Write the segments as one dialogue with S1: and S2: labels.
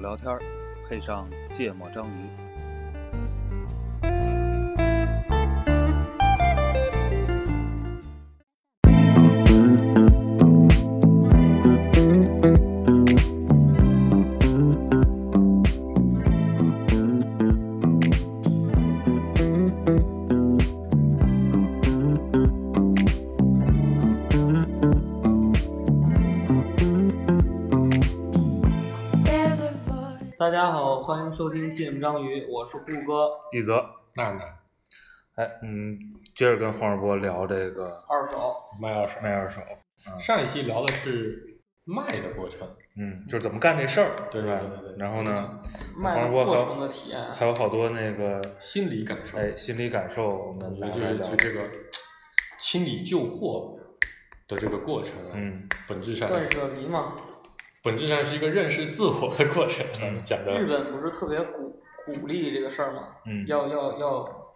S1: 聊天儿，配上芥末章鱼。
S2: There's a void.
S3: 大家好，欢迎收听《芥末章鱼》，我是顾哥。
S4: 一泽娜娜，哎，嗯，接着跟黄世波聊这个
S3: 二手，
S4: 卖二手，卖二手，
S5: 上一期聊的是卖的过程，
S4: 嗯，就是怎么干这事儿，
S5: 对
S4: 吧
S5: 对对对？对
S4: 然后呢，
S3: 卖的过程的体验。
S4: 还有好多那个
S5: 啊心理感受，
S4: 哎心理感受，我们来
S5: 我觉
S4: 来
S5: 得
S4: 聊
S5: 就，这个清理旧货的这个过程啊，
S4: 嗯，
S5: 本质上
S3: 断舍离嘛，
S5: 本质上是一个认识自我的过程啊，
S4: 嗯
S5: 讲的
S3: 日本不是特别鼓鼓励这个事儿吗？
S4: 嗯
S3: 要要要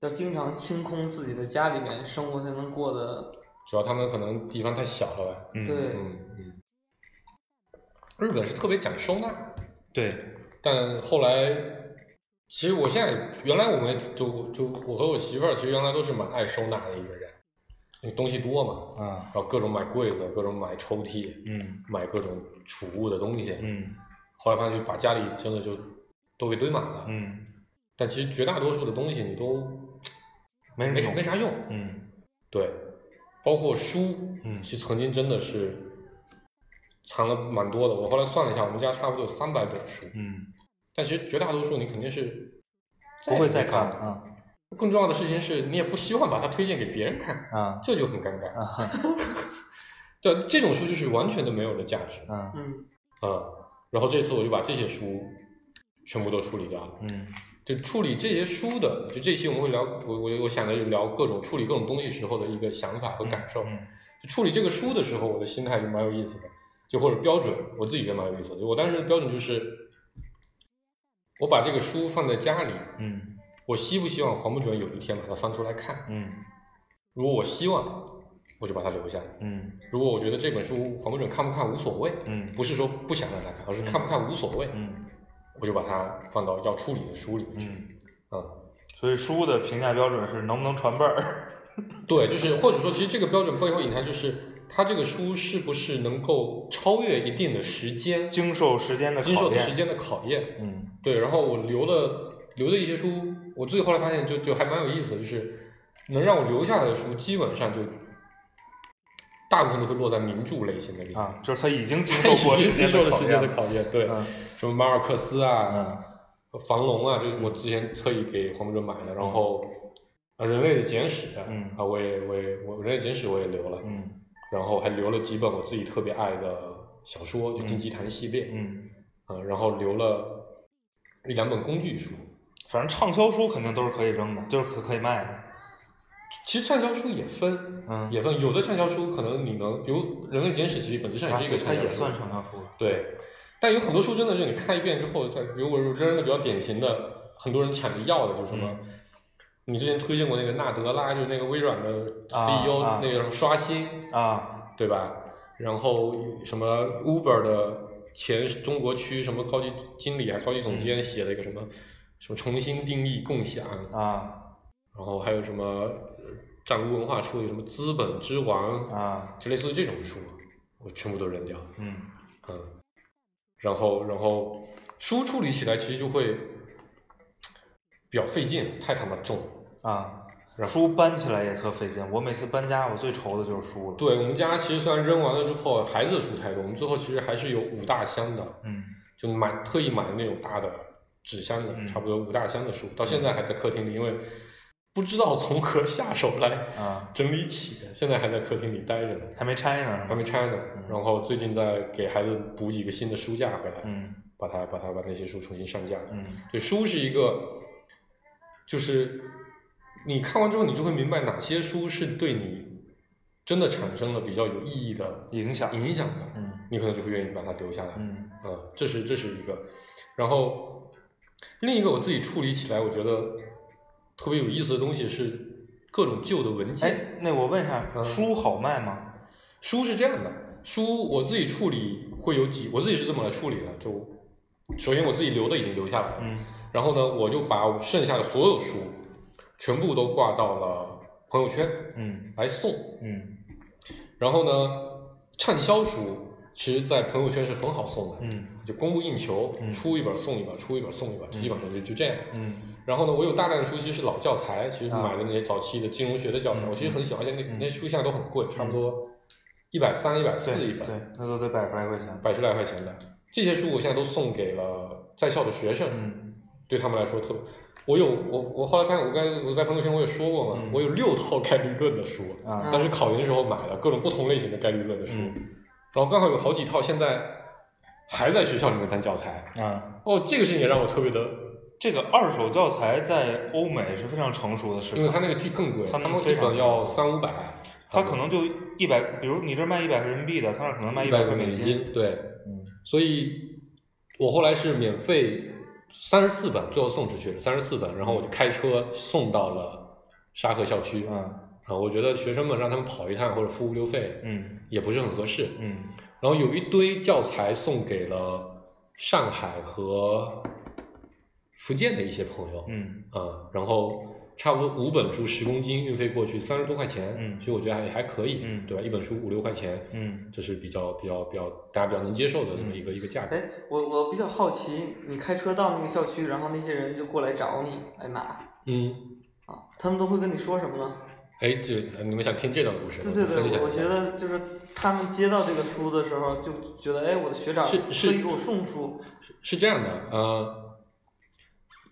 S3: 要经常清空自己的家里面，生活才能过得
S5: 主要他们可能地方太小了吧，
S4: 嗯
S3: 对。
S5: 嗯嗯，日本是特别讲收纳，
S4: 对，
S5: 但后来其实我现在原来我们就就我和我媳妇儿其实原来都是蛮爱收纳的一个人，因为东西多嘛，
S4: 啊，
S5: 然后各种买柜子，各种买抽屉，
S4: 嗯
S5: 买各种储物的东西，
S4: 嗯
S5: 后来发现就把家里真的就都给堆满了，
S4: 嗯
S5: 但其实绝大多数的东西你都
S4: 没人
S5: 没
S4: 用
S5: 没啥用，
S4: 嗯
S5: 对，包括书，
S4: 嗯
S5: 其实曾经真的是藏了蛮多的，我后来算了一下，我们家差不多有三百本书，
S4: 嗯，
S5: 但其实绝大多数你肯定是
S4: 不会再
S5: 也不
S4: 看
S5: 看
S4: 了啊
S5: 更重要的事情是你也不希望把它推荐给别人看，
S4: 啊
S5: 这就很尴尬，
S4: 啊
S5: 对，这种书就是完全都没有的价值，
S4: 啊
S3: 嗯，
S5: 啊，然后这次我就把这些书全部都处理掉了。
S4: 嗯
S5: 就处理这些书的，就这期我们会聊，我我我想着聊各种处理各种东西时候的一个想法和感受。
S4: 嗯
S5: 就处理这个书的时候，我的心态就蛮有意思的，就或者标准，我自己觉得蛮有意思的。我当时的标准就是，我把这个书放在家里，
S4: 嗯
S5: 我希不希望黄不准有一天把它翻出来看？
S4: 嗯
S5: 如果我希望，我就把它留下；
S4: 嗯
S5: 如果我觉得这本书黄不准看不看无所谓，
S4: 嗯
S5: 不是说不想让他看，而是看不看无所谓，
S4: 嗯
S5: 我就把它放到要处理的书里面去。
S4: 嗯，
S5: 嗯
S4: 所以书的评价标准是能不能传辈儿，
S5: 对，就是或者说，其实这个标准背后隐含就是，它这个书是不是能够超越一定的时间
S4: 经受时间的
S5: 经
S4: 考
S5: 受的时
S4: 验，
S5: 间的考验。
S4: 嗯
S5: 对，然后我留了留的一些书，我自己后来发现就就还蛮有意思的，就是能让我留下来的书，基本上就大部分都会落在名著类型的里面。
S4: 啊，就是他已经经
S5: 它
S4: 受
S5: 已
S4: 过
S5: 经
S4: 时
S5: 经
S4: 间
S5: 受
S4: 的
S5: 了
S4: 考
S5: 时间
S4: 验
S5: 的
S4: 了。
S5: 考验，对，
S4: 嗯
S5: 什么马尔克斯啊，
S4: 嗯
S5: 房龙啊，就是我之前特意给黄不准买的，然后呃人类的简史，
S4: 嗯
S5: 啊，我也我也我人类简史我也留了，
S4: 嗯
S5: 然后还留了几本我自己特别爱的小说，就
S4: 嗯
S5: 《金鸡谈》系列，
S4: 嗯，
S5: 啊，然后留了一两本工具书。
S4: 反正畅销书肯定都是可以扔的，就是可可以卖的。
S5: 其实畅销书也分，
S4: 嗯
S5: 也分，有的畅销书可能你能，比如《人类简史》其实本质上
S4: 啊
S5: 也是
S4: 对
S5: 一个
S4: 它
S5: 畅销书，
S4: 也算畅销书了。
S5: 对，但有很多书真的是你看一遍之后，在比如我扔的比较典型的，很多人抢着要的就是什么，
S4: 嗯
S5: 你之前推荐过那个纳德拉，就是那个微软的 CEO、
S4: 啊
S5: 那个什么刷新，
S4: 啊，
S5: 对吧？然后什么 Uber 的前中国区什么高级经理还啊是高级总
S4: 嗯
S5: 监写了一个什么、什么重新定义共享，
S4: 啊
S5: 然后还有什么呃战国文化出的什么资本之王，
S4: 啊，
S5: 就类似于这种书，我全部都扔掉了。
S4: 嗯
S5: 嗯，然后然后书处理起来其实就会比较费劲，太他妈重了。
S4: 啊，
S5: 然后
S4: 书搬起来也特费劲。我每次搬家，我最愁的就是书了。，
S5: 对我们家其实虽然扔完了之后，孩子的书太多，我们最后其实还是有五大箱的，
S4: 嗯
S5: 就买特意买的那种大的纸箱子，
S4: 嗯
S5: 差不多五大箱的书，到现在还在客厅里，因为不知道从何下手来
S4: 啊，
S5: 整理起，现在还在客厅里待着呢，
S4: 还没拆呢。
S5: 还没。拆呢。
S4: 嗯
S5: 然后最近在给孩子补几个新的书架回来，
S4: 嗯
S5: 把它把它把那些书重新上架。
S4: 嗯
S5: 对，书是一个，就是你看完之后，你就会明白哪些书是对你真的产生了比较有意义的
S4: 影响
S5: 影响的，
S4: 嗯
S5: 你可能就会愿意把它留下来。
S4: 嗯
S5: 嗯，这是这是一个，然后另一个我自己处理起来，我觉得特别有意思的东西是各种旧的文件。
S4: 哎，那我问一下，
S5: 嗯
S4: 书好卖吗？
S5: 书是这样的，书我自己处理会有几，我自己是这么来处理的，就首先我自己留的已经留下来了，
S4: 嗯
S5: 然后呢，我就把剩下的所有书全部都挂到了朋友圈
S4: 嗯
S5: 来送。
S4: 嗯
S5: 然后呢，畅销书其实，在朋友圈是很好送的，
S4: 嗯
S5: 就供不应求，
S4: 嗯
S5: 出一本送一本，出一本送一本，基本上就就这样。
S4: 嗯
S5: 然后呢，我有大量的书其实是老教材，其实
S4: 啊
S5: 买的那些早期的金融学的教材，
S4: 嗯
S5: 我其实很喜欢，而且那、
S4: 嗯
S5: 那些书现在都很贵，差不多一百三、一百四一
S4: 对
S5: 本，
S4: 对，那都得百十来块钱。
S5: 百十来块钱的。这些书我现在都送给了在校的学生，
S4: 嗯
S5: 对他们来说特别。我有我我后来发现，我刚才我在朋友圈我也说过嘛，
S4: 嗯
S5: 我有六套概率论的书，
S4: 啊
S3: 嗯
S5: 当时考研的时候买的各种不同类型的概率论的书，
S4: 嗯
S5: 然后刚好有好几套现在还在学校里面当教材。
S4: 啊，
S5: 哦，这个事情也让我特别的，
S4: 这个二手教材在欧美是非常成熟的市
S5: 因为它
S4: 场，
S5: 那个剧更贵，
S4: 他
S5: 他
S4: 们
S5: 们
S4: 非
S5: 一
S4: 常
S5: 本要三五百，
S4: 它可能就一百，比如你这卖一百人民币的，它那可能卖
S5: 一
S4: 百
S5: 块
S4: 块
S5: 美
S4: 金。
S5: 金，对，
S4: 嗯
S5: 所以我后来是免费三十四本，最后送出去了三十四本，然后我就开车送到了沙河校区。
S4: 嗯
S5: 啊，我觉得学生们让他们跑一趟或者付物流费，
S4: 嗯
S5: 也不是很合适。
S4: 嗯
S5: 然后有一堆教材送给了上海和福建的一些朋友，
S4: 嗯
S5: 啊，然后差不多五本书十公斤运费过去三十多块钱，
S4: 嗯
S5: 所以我觉得还还可以，
S4: 嗯
S5: 对吧？一本书五六块钱，
S4: 嗯，
S5: 这是比较比较比较大家比较能接受的这么一个、一个价格。
S3: 哎，我我比较好奇，你开车到那个校区，然后那些人就过来找你来拿
S5: 嗯，
S3: 啊，他们都会跟你说什么呢？
S5: 哎，这你们想听这段故事？
S3: 对对
S5: 分
S3: 对，
S5: 享
S3: 我
S5: 一下
S3: 觉得就是他们接到这个书的时候，就觉得哎，我的学长
S5: 是是
S3: 特意给我送书，
S5: 是这样的，呃，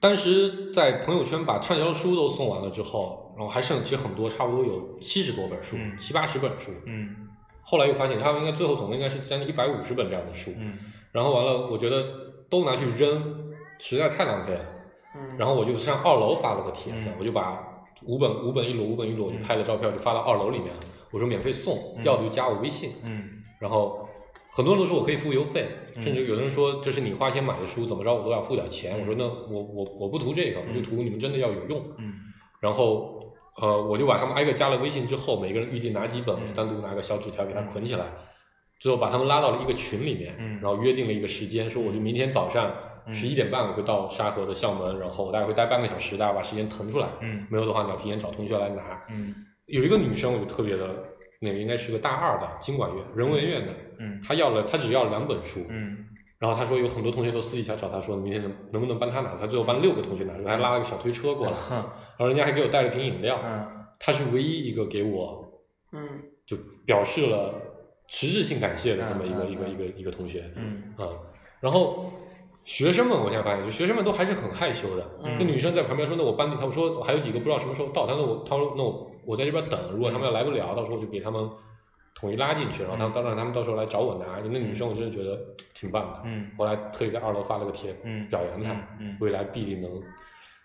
S5: 当时在朋友圈把畅销书都送完了之后，然后还剩其实很多，差不多有七十多本书，
S4: 嗯
S5: 七八十本书。
S4: 嗯
S5: 后来又发现，他们应该最后总共应该是将近一百五十本这样的书。
S4: 嗯
S5: 然后完了，我觉得都拿去扔，实在太浪费了。
S3: 嗯，
S5: 然后我就上二楼发了个帖子，
S4: 嗯
S5: 我就把五本五本一摞五本一摞，我就拍了照片，就发到二楼里面。我说免费送，
S4: 嗯
S5: 要不就加我微信。
S4: 嗯
S5: 然后很多人都说我可以付邮费，
S4: 嗯
S5: 甚至有的人说这是你花钱买的书，怎么着我都要付点钱。
S4: 嗯
S5: 我说那我我我不图这个，
S4: 嗯
S5: 我就图你们真的要有用。
S4: 嗯
S5: 然后呃，我就把他们挨个加了微信之后，每个人预定拿几本，
S4: 嗯
S5: 我就单独拿个小纸条给他
S4: 嗯
S5: 捆起来，最后把他们拉到了一个群里面，
S4: 嗯
S5: 然后约定了一个时间，说我就明天早上
S4: 嗯
S5: 十一点半我会到沙河的校门，然后我大概会待半个小时，大家把时间腾出来。
S4: 嗯
S5: 没有的话，你要提前找同学来拿。
S4: 嗯
S5: 有一个女生，我就特别的，那个应该是个大二的经管院人文院的，
S4: 嗯
S5: 她要了，她只要了两本书，
S4: 嗯
S5: 然后她说有很多同学都私底下找她说，明天能能不能帮她拿？她最后帮六个同学拿，还拉了个小推车 过来，然后人家还给我带了瓶饮料，
S4: 嗯
S5: 她是唯一一个给我
S3: 嗯
S5: 就表示了实质性感谢的这么一个
S4: 嗯嗯
S5: 一个
S4: 嗯
S5: 一个一个同学，
S4: 嗯
S5: 啊，然后学生们，我现在发现，就学生们都还是很害羞的。
S3: 嗯
S5: 那女生在旁边说：“那我班里，她说我还有几个不知道什么时候到，她说我，她说那我我在这边等，如果他们要来不了，到时候就给他们统一拉进去，然后
S4: 嗯
S5: 他们到让他们到时候来找我拿。”那女生我真的觉得挺棒的，
S4: 嗯
S5: 我还特意在二楼发了个帖，
S4: 嗯
S5: 表扬她，
S4: 嗯
S5: 未来必定能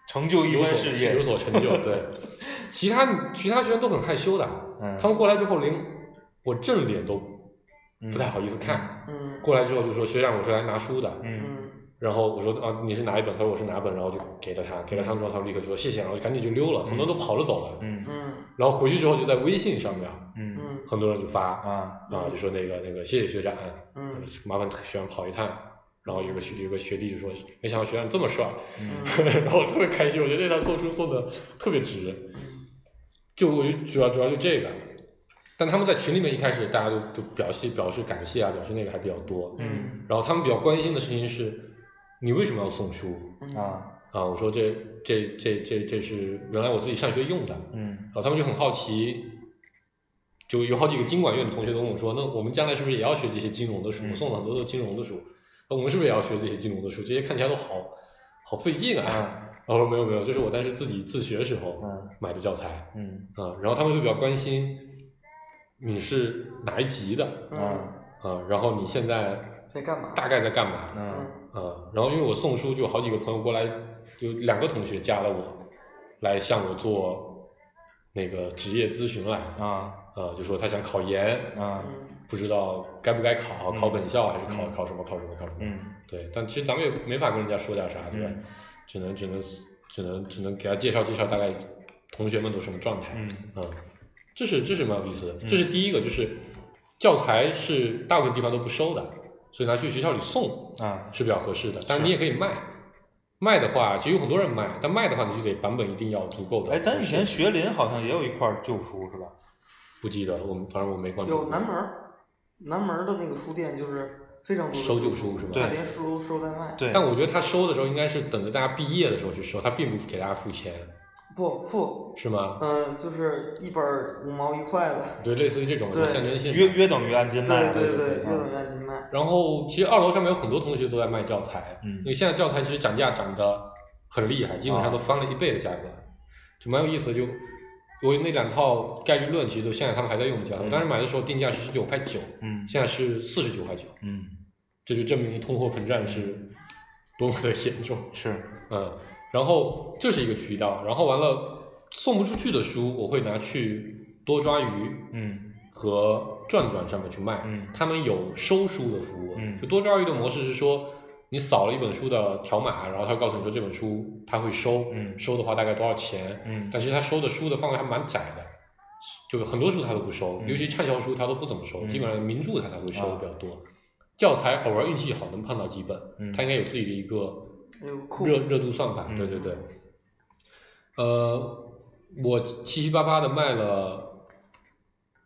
S4: 成就一
S5: 有
S4: 番
S5: 所
S4: 事业
S5: 有。所成就。 对，其他其他学生都很害羞的，
S4: 嗯
S5: 他们过来之后连我正脸都不太好意思看。
S3: 嗯
S5: 过来之后就说学长，我是来拿书的。
S4: 嗯
S3: 嗯
S5: 然后我说啊，你是哪一本？他说我是哪本，然后就给了他，给了他之后，他立刻就说谢谢，然后就赶紧就溜了，很多人都跑了走了。
S4: 嗯
S3: 嗯
S5: 然后回去之后就在微信上面，啊
S4: 嗯
S3: 嗯
S5: 很多人就发啊，
S4: 啊
S5: 然后就说那个那个谢谢学长，
S3: 嗯
S5: 麻烦学长跑一趟。然后有个学有个学弟就说，没想到学长这么帅，
S4: 嗯
S5: 然后我特别开心，我觉得那趟送书送的特别值。
S3: 嗯
S5: 就我就主要主要就这个，但他们在群里面一开始大家都都表示表示感谢啊，表示那个还比较多。
S3: 嗯
S5: 然后他们比较关心的事情是，你为什么要送书？
S3: 嗯
S4: 啊
S5: 啊，我说这这这这这是原来我自己上学用的，
S4: 嗯
S5: 然后他们就很好奇，就有好几个经管院的同学都问我说，那我们将来是不是也要学这些金融的书？我
S4: 嗯
S5: 送了很多都是金融的书，那我们是不是也要学这些金融的书？这些看起来都好好费劲
S3: 嗯
S5: 啊！
S4: 啊
S5: 我说没有没有，这是我当时自己自学时候
S4: 嗯
S5: 买的教材
S4: 嗯
S5: 啊，然后他们就比较关心你是哪一级的
S3: 嗯，
S4: 啊
S5: 啊，然后你现在
S3: 在干嘛？
S5: 大概在干嘛？
S4: 嗯
S3: 嗯
S5: 啊，然后因为我送书，就有好几个朋友过来，有两个同学加了我，来向我做那个职业咨询来，啊、
S4: 啊
S5: 就说他想考研，
S4: 啊
S3: 嗯
S5: 不知道该不该考，
S4: 嗯
S5: 考本校还是考、
S4: 嗯
S5: 考什么考什么考什么，
S4: 嗯
S5: 对，但其实咱们也没法跟人家说点啥，对吧？
S4: 嗯
S5: 只能只能只能只能给他介绍介绍大概同学们都什么状态，
S4: 嗯
S5: 啊，这是这是蛮有意思的，
S4: 嗯
S5: 这是第一个，就是教材是大部分地方都不收的，所以拿去学校里送
S4: 啊，
S5: 是比较合适的。但
S4: 是
S5: 是你也可以卖，卖的话其实有很多人卖，但卖的话你就得版本一定要足够的合
S4: 哎，
S5: 适。
S4: 咱以前学林好像也有一块旧书是吧？
S5: 不记得了，我们反正我没关注。
S3: 有南门儿，南门儿的那个书店就是非常多的
S5: 收旧
S3: 书
S5: 书是吧
S3: 他
S4: 对
S3: 连书都收在卖。
S4: 对，
S5: 但我觉得他收的时候应该是等着大家毕业的时候去收，他并不给大家付钱，
S3: 不付，
S5: 是吗？
S3: 嗯，就是一本儿五毛一块的，
S5: 对，类似于这种
S3: 对
S5: 象征性的
S4: 嗯约约等于按斤卖
S3: 对
S4: 了，
S3: 对
S4: 对
S3: 对，越
S5: 啊
S3: 冷越近卖。
S5: 然后其实二楼上面有很多同学都在卖教材，
S4: 嗯
S5: 因为现在教材其实涨价涨得很厉害，基本上
S4: 啊
S5: 都翻了一倍的价格，就蛮有意思的。就我那两套概率论，其实都现在他们还在用的教材，
S4: 嗯
S5: 我当时买的时候定价是十九块九，
S4: 嗯
S5: 现在是四十九块九，
S4: 嗯
S5: 这就证明通货膨胀是 多么的严重。
S4: 是
S5: 嗯，然后这是一个渠道，然后完了送不出去的书，我会拿去多抓鱼，
S4: 嗯
S5: 和转转上面去卖，
S4: 嗯
S5: 他们有收书的服务，
S4: 嗯
S5: 就多抓鱼的模式是说，你扫了一本书的条码，然后他会告诉你说这本书他会收，
S4: 嗯
S5: 收的话大概多少钱，
S4: 嗯
S5: 但其实他收的书的范围还蛮窄的，就是很多书他都不收，
S4: 嗯
S5: 尤其畅销书他都不怎么收，
S4: 嗯
S5: 基本上名著他才会收的
S4: 啊
S5: 比较多，教材偶尔运气好能碰到几本，
S4: 嗯
S5: 他应该有自己的一个
S3: 有库
S5: 热热度算法，
S4: 嗯
S5: 对对对。呃，我七七八八的卖了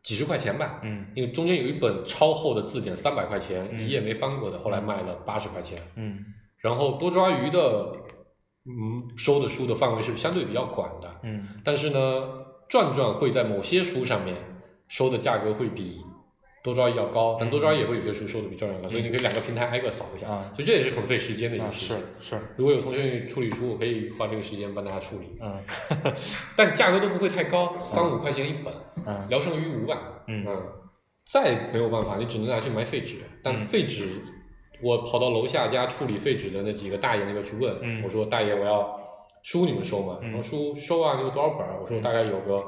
S5: 几十块钱吧，
S4: 嗯
S5: 因为中间有一本超厚的字典，三百块钱，
S4: 嗯
S5: 一页没翻过的，后来卖了八十块钱。
S4: 嗯
S5: 然后多抓鱼的，嗯，收的书的范围是相对比较广的，
S4: 嗯
S5: 但是呢，转转会在某些书上面收的价格会比多抓鱼要高，但多抓鱼也会有些书收的比转转高，所以你可以两个平台挨个扫一下，
S4: 嗯啊
S5: 所以这也是很费时间的一
S4: 啊
S5: 个事情。
S4: 是是
S5: 如果有同学愿意处理书，我可以花这个时间帮大家处理，
S4: 嗯
S5: 但价格都不会太高，三五块钱一本，
S4: 嗯
S5: 聊胜于无吧。
S4: 嗯
S5: 再没有办法，你只能拿去买废纸。但
S4: 嗯
S5: 废纸，我跑到楼下家处理废纸的那几个大爷那边去问，
S4: 嗯
S5: 我说大爷，我要书你们收吗？
S4: 嗯
S5: 然后书收啊，你有多少本儿？我说
S4: 嗯
S5: 大概有个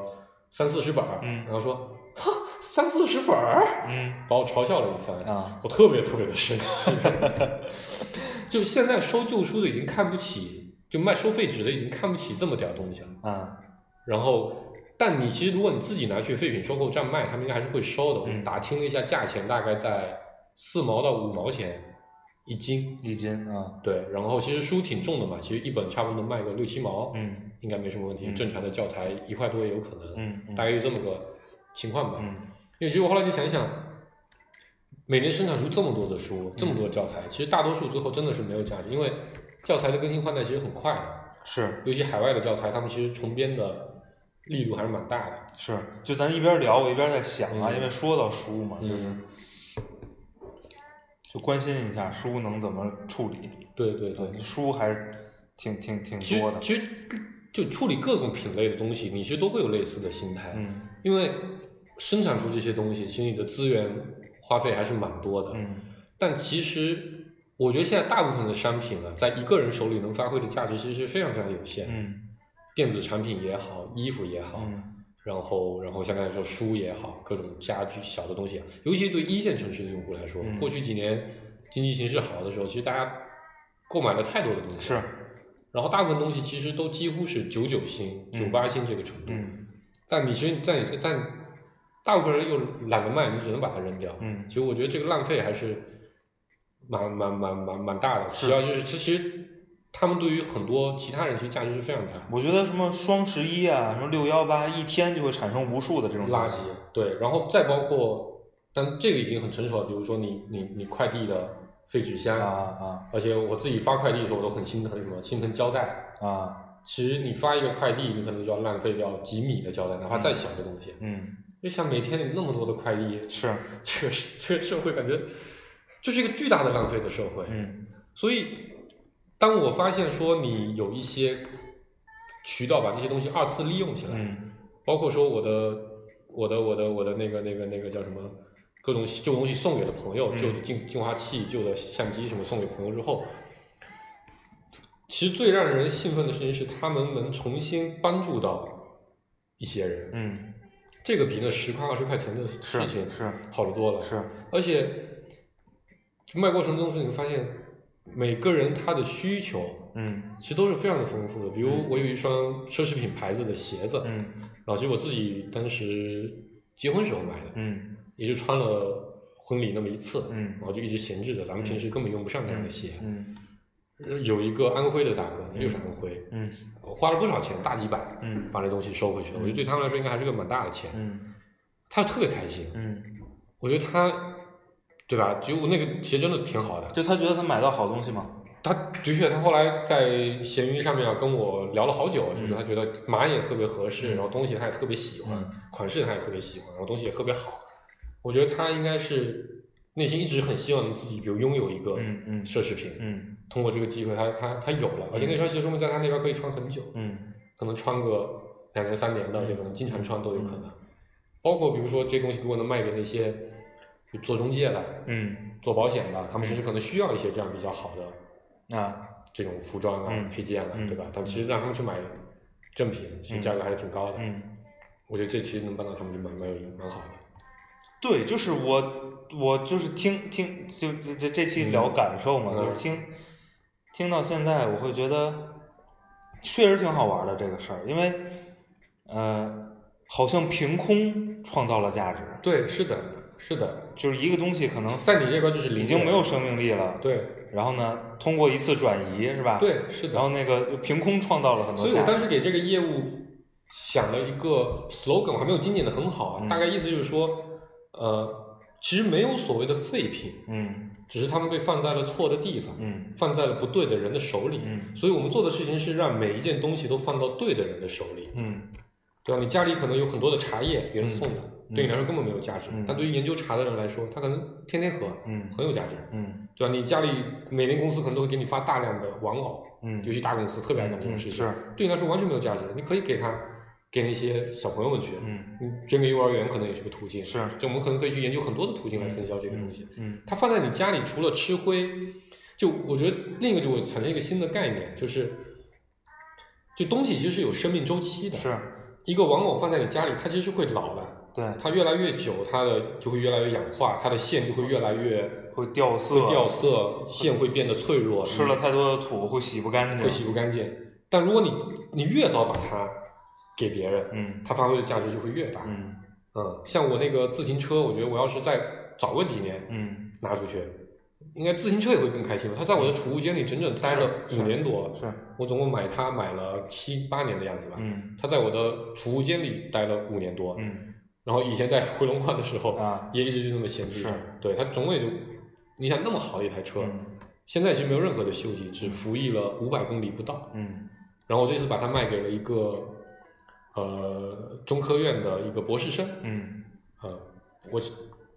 S5: 三四十本儿。
S4: 嗯
S5: 然后说，哈，三四十本儿，
S4: 嗯
S5: 把我嘲笑了一番。
S4: 啊
S5: 我特别特别的生气， 就现在收旧书的已经看不起，就卖收废纸的已经看不起这么点儿东西了。
S4: 啊
S5: 然后，但你其实如果你自己拿去废品收购站卖，他们应该还是会收的。我
S4: 嗯
S5: 打听了一下价钱，大概在四毛到五毛钱一斤。
S4: 一斤啊
S5: 对，然后其实书挺重的嘛，其实一本差不多能卖个六七毛，
S4: 嗯
S5: 应该没什么问题。
S4: 嗯
S5: 正常的教材一块多也有可能，
S4: 嗯嗯
S5: 大概就这么个情况吧。
S4: 嗯
S5: 因为其实我后来就想一想，每年生产出这么多的书，这么
S4: 嗯
S5: 多教材，其实大多数最后真的是没有价值，因为教材的更新换代其实很快的，
S4: 是
S5: 尤其海外的教材，他们其实重编的力度还是蛮大的。
S4: 是，就咱一边聊我一边在想啊，
S5: 嗯
S4: 因为说到书嘛，就是
S5: 嗯，
S4: 就关心一下书能怎么处理，
S5: 对对对，
S4: 书还是挺挺挺
S5: 其实
S4: 多的，
S5: 其实就处理各种品类的东西，你其实都会有类似的心态，
S4: 嗯
S5: 因为生产出这些东西，其实你的资源花费还是蛮多的。
S4: 嗯
S5: 但其实我觉得现在大部分的商品啊，在一个人手里能发挥的价值其实是非常非常有限。，
S4: 嗯
S5: 电子产品也好，衣服也好，
S4: 嗯
S5: 然后然后像刚才说书也好，各种家居小的东西，啊尤其对一线城市的用户来说，
S4: 嗯
S5: 过去几年经济形势好的时候，其实大家购买了太多的东西，
S4: 是，
S5: 然后大部分东西其实都几乎是九九星、
S4: 嗯
S5: 九八星这个程度，
S4: 嗯
S5: 但你其实在你但大部分人又懒得卖，你只能把它扔掉，
S4: 嗯
S5: 其实我觉得这个浪费还是蛮蛮蛮蛮蛮大的。主要就是其实他们对于很多其他人其实价值是非常大的。
S4: 我觉得什么双十一啊，什么六幺八，一天就会产生无数的这种
S5: 垃圾，对，然后再包括，但这个已经很成熟了。比如说你你你快递的废纸箱
S4: 啊，啊
S5: 而且我自己发快递的时候，我都很心疼什么，心疼胶带。
S4: 啊，
S5: 其实你发一个快递，你可能就要浪费掉几米的胶带，哪怕再小的东西。
S4: 嗯，
S5: 就像每天有那么多的快递，
S4: 是，
S5: 这个这个社会感觉就是一个巨大的浪费的社会。
S4: 嗯
S5: 所以，当我发现说你有一些渠道把这些东西二次利用起来，
S4: 嗯
S5: 包括说我的、我的、我的、我的那个、那个、那个叫什么，各种旧东西送给了朋友，
S4: 嗯
S5: 旧的净净化器、旧的相机什么送给朋友之后，其实最让人兴奋的事情是他们能重新帮助到一些人，
S4: 嗯，
S5: 这个比那十块二十块钱的
S4: 是
S5: 事情
S4: 是
S5: 好得多了。
S4: 是，
S5: 而且卖过程中是你会发现每个人他的需求
S4: 嗯
S5: 其实都是非常的丰富的。比如
S4: 嗯
S5: 我有一双奢侈品牌子的鞋子，
S4: 嗯
S5: 然后其实我自己当时结婚时候买的，
S4: 嗯
S5: 也就穿了婚礼那么一次，
S4: 嗯
S5: 然后就一直闲置着，咱们平时根本用不上那样的鞋。呃
S4: 嗯
S5: 有一个安徽的大哥，又是安徽，
S4: 嗯
S5: 我花了不少钱，大几百，
S4: 嗯
S5: 把这东西收回去了。我觉得对他们来说应该还是个蛮大的钱，
S4: 嗯
S5: 他特别开心。
S4: 嗯，
S5: 我觉得他，对吧？就那个鞋真的挺好的。
S4: 就他觉得他买到好东西嘛，
S5: 他的确，他后来在闲鱼上面啊跟我聊了好久，就是他觉得码也特别合适，
S4: 嗯
S5: 然后东西他也特别喜欢，
S4: 嗯
S5: 款式他也特别喜欢，然后东西也特别好。我觉得他应该是内心一直很希望自己，比如拥有一个
S4: 嗯嗯
S5: 奢侈品，
S4: 嗯
S5: 通过这个机会他，他他有了，而且那双鞋说明在他那边可以穿很久，
S4: 嗯
S5: 可能穿个两年三年的，这可能经常穿都有
S4: 嗯
S5: 可能。包括比如说这东西如果能卖给那些做中介的、
S4: 嗯
S5: 做保险的，他们其实可能需要一些这样比较好的
S4: 啊
S5: 这种服装啊、
S4: 嗯
S5: 配件啊，
S4: 嗯
S5: 对吧？但其实让他们去买正品，其实价格还是挺高的。
S4: 嗯，
S5: 我觉得这其实能帮到他们就蛮蛮有蛮好的。
S4: 对，就是我我就是听听就这这这期聊感受嘛，
S5: 嗯
S4: 就是听听到现在，我会觉得确实挺好玩的这个事儿，因为呃，好像凭空创造了价值，
S5: 对，是的，是的，
S4: 就是一个东西可能
S5: 在你这边就是零
S4: 已经没有生命力了，
S5: 对
S4: 然后呢，通过一次转移是吧？，
S5: 对是的。
S4: 然后那个就凭空创造了很多
S5: 所以
S4: 价值。
S5: 我当时给这个业务想了一个 slogan，我还没有精简的很好啊，
S4: 嗯
S5: 大概意思就是说，呃，其实没有所谓的废品，
S4: 嗯
S5: 只是他们被放在了错的地方，
S4: 嗯
S5: 放在了不对的人的手里。
S4: 嗯
S5: 所以我们做的事情是让每一件东西都放到对的人的手里，
S4: 嗯
S5: 对啊吧？你家里可能有很多的茶叶，别人送的，
S4: 嗯
S5: 对你来说根本没有价值，
S4: 嗯
S5: 但对于研究茶的人来说，他可能天天喝，
S4: 嗯
S5: 很有价值，
S4: 嗯
S5: 对吧？你家里每年公司可能都会给你发大量的玩偶，
S4: 嗯，
S5: 尤其大公司特别爱干这种事情，
S4: 嗯
S5: 对你来说完全没有价值。你可以给他给那些小朋友们去，
S4: 嗯
S5: 你捐给幼儿园可能也是个途径，
S4: 是
S5: 就我们可能可以去研究很多的途径来分销这个东西。
S4: 嗯
S5: 它放在你家里，除了吃灰，就我觉得另一个就我产生一个新的概念，就是就东西其实是有生命周期的，
S4: 是
S5: 一个玩偶放在你家里，它其实是会老的，
S4: 对，
S5: 它越来越久，它的就会越来越氧化，它的线就会越来越
S4: 会掉色，
S5: 会掉色，线会变得脆弱，
S4: 吃了太多的土会洗不干净，
S5: 会洗不干净。但如果你你越早把它给别人，
S4: 嗯
S5: 它发挥的价值就会越大。
S4: 嗯
S5: 嗯像我那个自行车，我觉得我要是再早个几年
S4: 嗯
S5: 拿出去，应该自行车也会更开心吧。它在我的储物间里整整待了
S4: 是
S5: 五年多，
S4: 是
S5: 我总共买它买了七八年的样子吧。
S4: 嗯
S5: 它在我的储物间里待了五年多，
S4: 嗯
S5: 然后以前在回龙观的时候、
S4: 啊
S5: 也一直就那么闲置着
S4: 是。
S5: 对，它总共也就你想那么好的一台车，
S4: 嗯
S5: 现在其实没有任何的修理，只服役了五百公里不到。
S4: 嗯
S5: 然后我这次把它卖给了一个呃中科院的一个博士生，
S4: 嗯
S5: 呃，我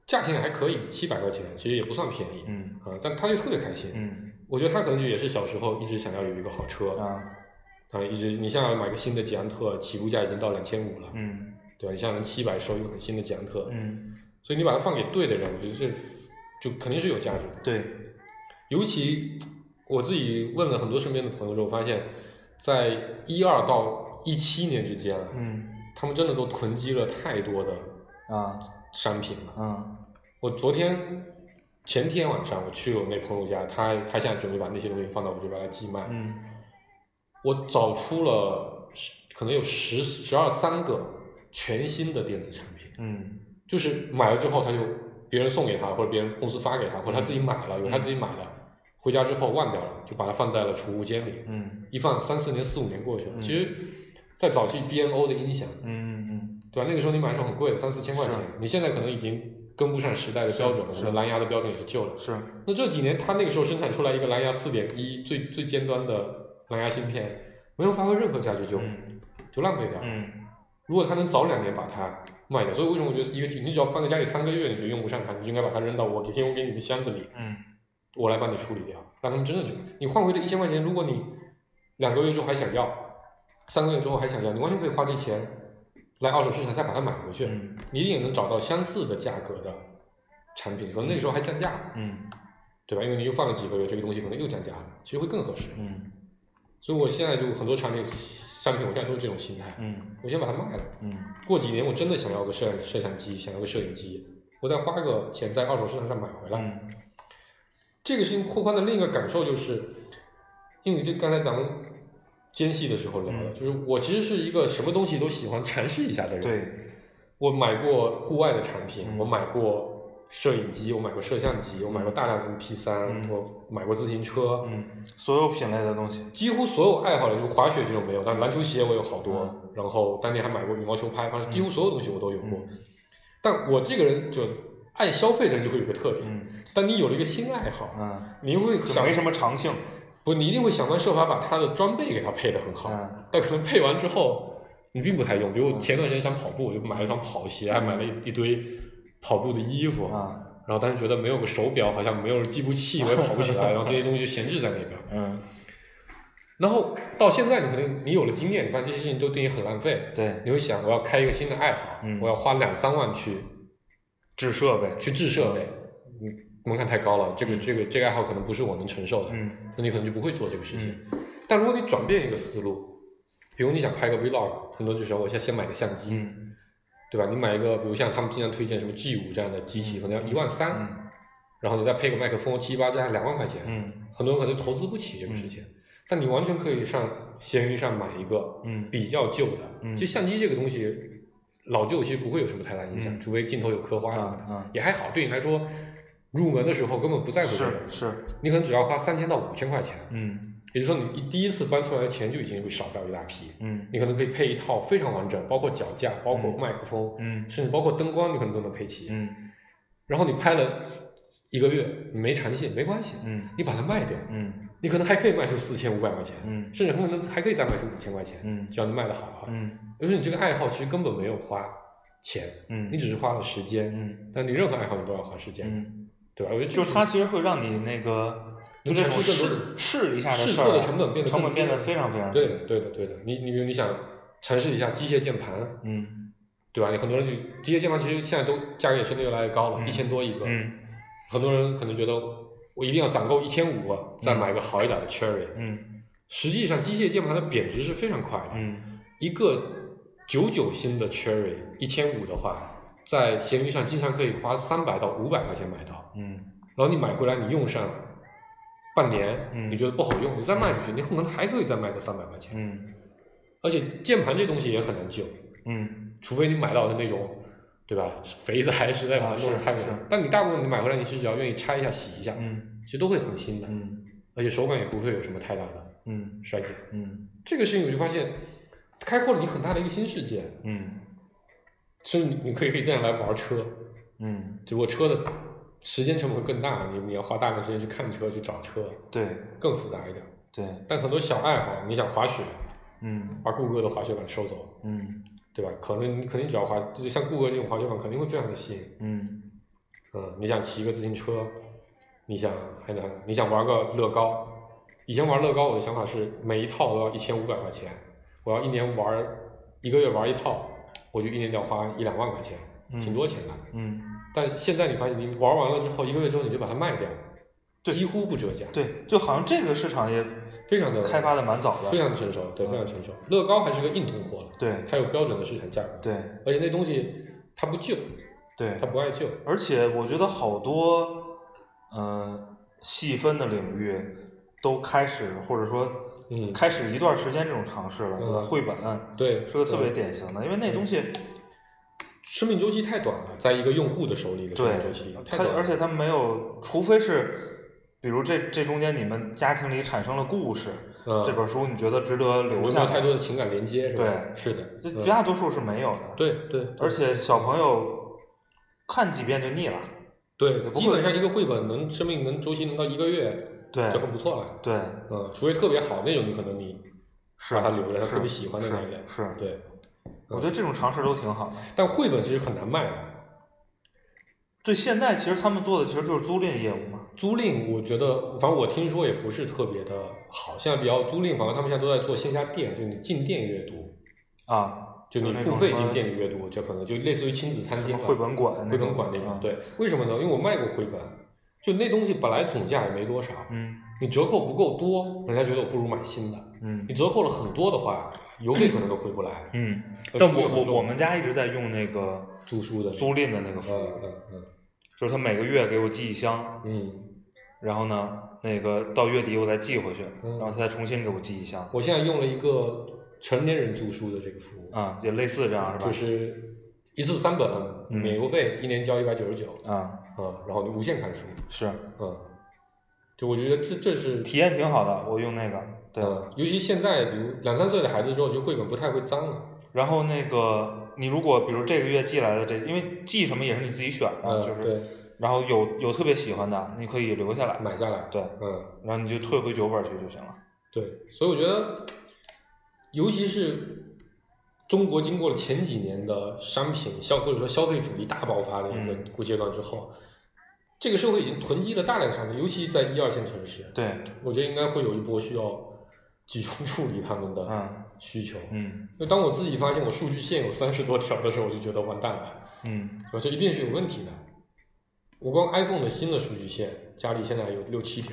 S5: 价钱也还可以，七百块钱，其实也不算便宜，
S4: 嗯
S5: 啊、但他就特别开心。
S4: 嗯
S5: 我觉得他可能就也是小时候一直想要有一个好车，啊、
S4: 啊
S5: 一直你像买个新的捷安特，起步价已经到两千五了，
S4: 嗯
S5: 对吧？你像能七百收一个很新的捷安特，
S4: 嗯
S5: 所以你把它放给对的人，我觉得这就肯定是有价值的。
S4: 对
S5: 尤其我自己问了很多身边的朋友之后，发现，在一二到一七年之间啊，
S4: 嗯
S5: 他们真的都囤积了太多的
S4: 啊
S5: 商品了。
S4: 嗯
S5: 我昨天前天晚上我去我那朋友家，他他现在准备把那些东西放到我这边来寄卖。
S4: 嗯
S5: 我找出了十可能有十十二三个全新的电子产品，
S4: 嗯
S5: 就是买了之后他就别人送给他，或者别人公司发给他，或者他自己
S4: 嗯
S5: 买了，有他自己买的，回家之后忘掉了，就把它放在了储物间里，
S4: 嗯
S5: 一放三四年四五年过去了。
S4: 嗯
S5: 其实，在早期 BNO 的音响，
S4: 嗯嗯
S5: 对吧？那个时候你买的时候很贵的，三四千块钱
S4: 是，
S5: 你现在可能已经跟不上时代的标准了，
S4: 是
S5: 可能蓝牙的标准也是旧了。
S4: 是
S5: 那这几年它那个时候生产出来一个蓝牙四点一最最尖端的蓝牙芯片，没有发挥任何价值就、
S4: 嗯
S5: 就浪费掉了。
S4: 嗯
S5: 如果它能早两年把它卖掉，所以为什么我觉得一个体，你只要放在家里三个月，你就用不上它，你就应该把它扔到我给提供给你的箱子里，
S4: 嗯
S5: 我来帮你处理掉，让他们真的去。你换回这一千块钱，如果你两个月之后还想要，三个月之后还想要，你完全可以花这钱来二手市场再把它买回去。
S4: 嗯
S5: 你也能找到相似的价格的产品，可能那个时候还降价，
S4: 嗯
S5: 对吧？因为你又放了几个月，这个东西可能又降价了，其实会更合适。
S4: 嗯
S5: 所以我现在就很多产品，商品我现在都是这种心态，
S4: 嗯
S5: 我先把它卖了，
S4: 嗯
S5: 过几年我真的想要个摄摄像机，想要个摄影机，我再花个钱在二手市场上买回来。
S4: 嗯
S5: 这个事情拓宽的另一个感受就是，因为就刚才咱们间隙的时候聊的，
S4: 嗯
S5: 就是我其实是一个什么东西都喜欢尝试一下的人。
S4: 对
S5: 我买过户外的产品，
S4: 嗯
S5: 我买过摄影机，我买过摄像机，我买过大量的 MP 三、
S4: 嗯
S5: 我买过自行车，
S4: 嗯，所有品类的东西，
S5: 几乎所有爱好类，就滑雪这种没有，但篮球鞋我有好多，
S4: 嗯
S5: 然后当年还买过羽毛球拍，反正几乎所有东西我都有过。但我这个人就爱消费的人就会有个特点，
S4: 嗯
S5: 当你有了一个新爱好，
S4: 嗯，
S5: 你会
S4: 就
S5: 想
S4: 没什么长性，
S5: 不，你一定会想方设法把他的装备给他配的很好，
S4: 嗯
S5: 但可能配完之后你并不太用。比如前段时间想跑步，我就买了双跑鞋，还买了一一堆跑步的衣服，
S4: 啊，
S5: 然后但是觉得没有个手表好像没有计步器，我也跑不起 来，然后这些东西就闲置在那边。
S4: 嗯，
S5: 然后到现在，你可能你有了经验，你发现这些事情都对你很浪费，
S4: 对，
S5: 你会想我要开一个新的爱好，
S4: 嗯
S5: 我要花两三万去
S4: 制设备，
S5: 去制设备，嗯，门槛太高了，这个这个这个爱好可能不是我能承受的，
S4: 嗯
S5: 那你可能就不会做这个事情。但如果你转变一个思路，比如你想拍个 vlog，很多人就说我先先买个相机，
S4: 嗯
S5: 对吧？你买一个，比如像他们经常推荐什么 G 五这样的机器，可能要一万三、
S4: 嗯
S5: 然后你再配个麦克风，七八加两万块钱，
S4: 嗯
S5: 很多人可能投资不起这个事情。但你完全可以上闲鱼上买一个
S4: 嗯
S5: 比较旧的，
S4: 嗯
S5: 其实相机这个东西老旧其实不会有什么太大影响，
S4: 嗯
S5: 除非镜头有刻花
S4: 啊
S5: 什么的，
S4: 啊，
S5: 也还好。对你来说，入门的时候根本不在乎这个
S4: 是，是，
S5: 你可能只要花三千到五千块钱，
S4: 嗯
S5: 也就是说，你一第一次搬出来的钱就已经会少掉一大批。
S4: 嗯
S5: 你可能可以配一套非常完整，包括脚架，包括
S4: 嗯
S5: 麦克风，
S4: 嗯
S5: 甚至包括灯光，你可能都能配齐。
S4: 嗯
S5: 然后你拍了一个月，你没长进没关系，
S4: 嗯
S5: 你把它卖掉，
S4: 嗯
S5: 你可能还可以卖出四千五百块钱，
S4: 嗯
S5: 甚至很可能还可以再卖出五千块钱。
S4: 嗯
S5: 只要你卖的好的话，
S4: 嗯
S5: 就是你这个爱好其实根本没有花钱，
S4: 嗯，
S5: 你只是花了时间。
S4: 嗯
S5: 但你任何爱好你都要花时间，
S4: 嗯，
S5: 对吧？我觉得这
S4: 就
S5: 个
S4: 是它其实会让你那个。就
S5: 能
S4: 这
S5: 产
S4: 种
S5: 生更多
S4: 试
S5: 的
S4: 试一下的
S5: 试
S4: 事
S5: 错
S4: 儿
S5: 的
S4: 啊，
S5: 成本变得
S4: 成
S5: 更
S4: 本变
S5: 低
S4: 得非常非常
S5: 对
S4: 低
S5: 的，对的，对的。你你比如你想尝试一下机械键盘，
S4: 嗯
S5: 对吧？你很多人就机械键盘其实现在都价格也是越来越高了，
S4: 嗯
S5: 一千多一个。
S4: 嗯
S5: 很多人可能觉得我一定要攒够一千五，再买个好一点的 Cherry。
S4: 嗯
S5: 实际上，机械键盘的贬值是非常快的。
S4: 嗯
S5: 一个九九新的 Cherry 一千五的话，在闲鱼上经常可以花三百到五百块钱买到，
S4: 嗯
S5: 然后你买回来你用上半年，
S4: 嗯
S5: 你觉得不好用，你再卖出去，你可能还可以再卖个三百块钱。
S4: 嗯
S5: 而且键盘这东西也很难救，
S4: 嗯
S5: 除非你买到的那种，对吧？肥宅实在把
S4: 啊
S5: 它弄得
S4: 是
S5: 太难
S4: 是。
S5: 但你大部分你买回来，你是只要愿意拆一下、洗一下，
S4: 嗯
S5: 其实都会很新的，
S4: 嗯
S5: 而且手感也不会有什么太大的
S4: 嗯
S5: 衰减。
S4: 嗯
S5: 这个事情我就发现，开阔了你很大的一个新世界。
S4: 嗯
S5: 甚至你你可以可以这样来玩车，
S4: 嗯，
S5: 只不过车的时间成本会更大，你你要花大量时间去看车、去找车，
S4: 对
S5: 更复杂一点。
S4: 对，
S5: 但很多小爱好，你想滑雪，
S4: 嗯
S5: 把谷歌的滑雪板收走，
S4: 嗯
S5: 对吧？可能你肯定只要滑，就像谷歌这种滑雪板肯定会非常的吸引。
S4: 嗯
S5: 嗯，你想骑个自行车，你想还能你想玩个乐高，以前玩乐高我的想法是每一套我要一千五百块钱，我要一年玩一个月玩一套，我就一年就要花一两万块钱，挺多钱的。
S4: 嗯，
S5: 但现在你发现你玩完了之后，一个月之后你就把它卖掉，
S4: 对
S5: 几乎不折价，，
S4: 对，就好像这个市场也
S5: 非常的
S4: 开发的蛮早的，
S5: 非常成熟，对，
S4: 嗯
S5: 非常成熟。乐高还是个硬通货了，
S4: 对
S5: 它有标准的市场价格，，
S4: 对
S5: 而且那东西它不旧，
S4: 对
S5: 它，不爱旧，
S4: 而且我觉得好多呃细分的领域都开始或者说。
S5: 嗯
S4: 开始一段时间这种尝试了，对吧？
S5: 嗯
S4: 绘本啊
S5: 对，
S4: 是个特
S5: 对嗯
S4: 别典型的，因为那东西
S5: 生命周期太短了，在一个用户的手里的生
S4: 对
S5: 命周期，太
S4: 它
S5: 短了，
S4: 而且它没有，除非是，比如这这中间你们家庭里产生了故事，
S5: 嗯
S4: 这本书你觉得值得留
S5: 没
S4: 下
S5: 有
S4: 来
S5: 太多的情感连接，是吧？
S4: 对
S5: 是的，
S4: 这
S5: 嗯
S4: 绝大多数是没有的。，
S5: 对对，
S4: 而且小朋友看几遍就腻了。
S5: 对，
S4: 不
S5: 基
S4: 会
S5: 本上一个绘本能生命能周期能到一个月，
S4: 对
S5: 就很不错了，
S4: 对，
S5: 嗯，除非特别好那种，你可能你
S4: 是
S5: 把它留着，他
S4: 是
S5: 特别喜欢的那一类，
S4: 是是
S5: 对。
S4: 我觉得这种尝试都挺好的。
S5: 但绘本其实很难卖的，
S4: 对，现在其实他们做的其实就是租赁业务嘛。
S5: 租赁我觉得，反正我听说也不是特别的好。现在比较租赁，反正他们现在都在做线下店，就你进店阅读，
S4: 啊，
S5: 就你
S4: 那
S5: 付
S4: 种
S5: 费
S4: 什
S5: 进
S4: 么
S5: 店里阅读，这可能就类似于亲子餐
S4: 什
S5: 厅
S4: 么
S5: 了
S4: 绘本馆那
S5: 绘本
S4: 种
S5: 馆那种
S4: 啊。
S5: 对，为什么呢？因为我卖过绘本，就那东西本来总价也没多少，
S4: 嗯
S5: 你折扣不够多，人家觉得我不如买新的。
S4: 嗯。
S5: 你折扣了很多的话，邮费可能都回不来
S4: 嗯。
S5: 呃
S4: 但
S5: 书
S4: 我
S5: 也很
S4: 我
S5: 重
S4: 我们家一直在用那个
S5: 租书的那个
S4: 租赁的那个服
S5: 嗯
S4: 务，
S5: 嗯嗯
S4: 就是他每个月给我寄一箱，
S5: 嗯，
S4: 然后呢，那个到月底我再寄回去，
S5: 嗯
S4: 然后他再重新给我寄一箱，
S5: 我现在用了一个成年人租书的这个服务，
S4: 啊啊、也类似这样是吧？
S5: 就是一次三本，
S4: 嗯
S5: 免邮费，一年交一百九十九，
S4: 啊，
S5: 啊，然后你无限看书，
S4: 是
S5: 嗯，就我觉得这这是
S4: 体验挺好的，我用那个，对。
S5: 嗯，尤其现在，比如两三岁的孩子之后，其实绘本不太会脏啊了。
S4: 然后那个你如果比如这个月寄来的这，因为寄什么也是你自己选的，
S5: 嗯，
S4: 就是
S5: 对，
S4: 然后有有特别喜欢的，你可以留下来，
S5: 买下来。
S4: 对，
S5: 嗯，
S4: 然后你就退回酒馆去就行了。
S5: 对，所以我觉得，尤其是中国经过了前几年的商品消或者说消费主义大爆发的一个
S4: 嗯
S5: 过阶段之后，这个社会已经囤积了大量的商品，尤其在一二线城市，
S4: 对，
S5: 我觉得应该会有一波需要集中处理他们的
S4: 嗯
S5: 需求。
S4: 嗯
S5: 就当我自己发现我数据线有三十多条的时候，我就觉得完蛋了。
S4: 嗯
S5: 啊，这一定是有问题的。我光 iPhone 的新的数据线，家里现在有六七条，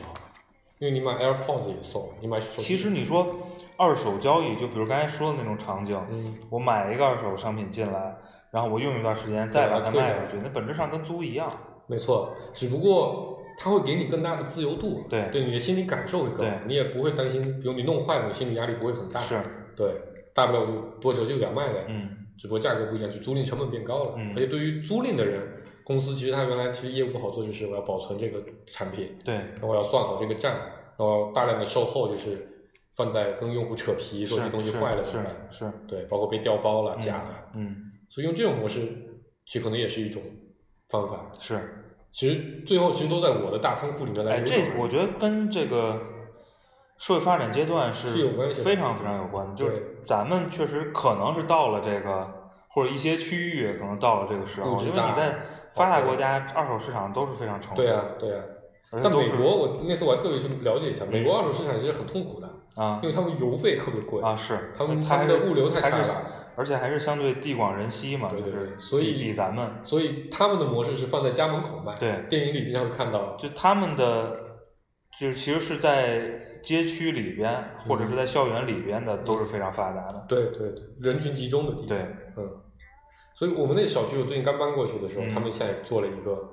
S5: 因为你买 AirPods 也送，你买手机
S4: 其实你说二手交易，就比如刚才说的那种场景，
S5: 嗯，
S4: 我买一个二手商品进来，然后我用一段时间再把它卖出去，那本质上跟租一样。
S5: 没错，只不过它会给你更大的自由度，
S4: 对
S5: 对你的心理感受会更好
S4: 对，
S5: 你也不会担心，比如你弄坏了，你心理压力不会很大，
S4: 是，
S5: 对，大不了我就多折旧点卖呗，
S4: 嗯
S5: 只不过价格不一样，就租赁成本变高了，
S4: 嗯
S5: 而且对于租赁的人，公司其实他原来其实业务不好做，就是我要保存这个产品，
S4: 对
S5: 然后要算好这个账，然后大量的售后就是放在跟用户扯皮，说这
S4: 是
S5: 东西
S4: 是
S5: 坏了怎
S4: 是
S5: 么办？
S4: 是，
S5: 对，包括被调包了、假了，
S4: 嗯
S5: 所以用这种模式，其实可能也是一种方法。
S4: 是，
S5: 其实最后其实都在我的大仓库里面来
S4: 哎，
S5: 流
S4: 这
S5: 转。
S4: 我觉得跟这个。社会发展阶段是
S5: 是有关系的
S4: 非常非常有关的，就是
S5: 对
S4: 咱们确实可能是到了这个，或者一些区域也可能到了这个时候，
S5: 物质
S4: 因为
S5: 大
S4: 你在发达
S5: 对
S4: 国家二手市场都是非常成熟
S5: 对
S4: 的，
S5: 啊，对啊。
S4: 而且
S5: 但
S4: 都
S5: 美
S4: 是嗯
S5: 国，我那次我还特别去了解一下，美国二手市场其实很痛苦的，
S4: 啊
S5: 因为他们邮费特别贵，
S4: 啊是，
S5: 他们
S4: 它
S5: 他
S4: 还
S5: 们
S4: 是
S5: 的物流太差
S4: 还是
S5: 了，
S4: 而且还是相对地广人稀嘛，
S5: 对对
S4: 就
S5: 对
S4: 是
S5: 所以
S4: 比比咱们
S5: 所以他们的模式是放在家门口卖。
S4: 对
S5: 电影里经常会看到，
S4: 就他们的就是其实是在街区里边或
S5: 嗯
S4: 者是在校园里边的都是非常发达的，
S5: 对对对，人群集中的地方。
S4: 对，
S5: 嗯，所以我们那小区，我最近刚搬过去的时候，
S4: 嗯
S5: 他们现在做了一个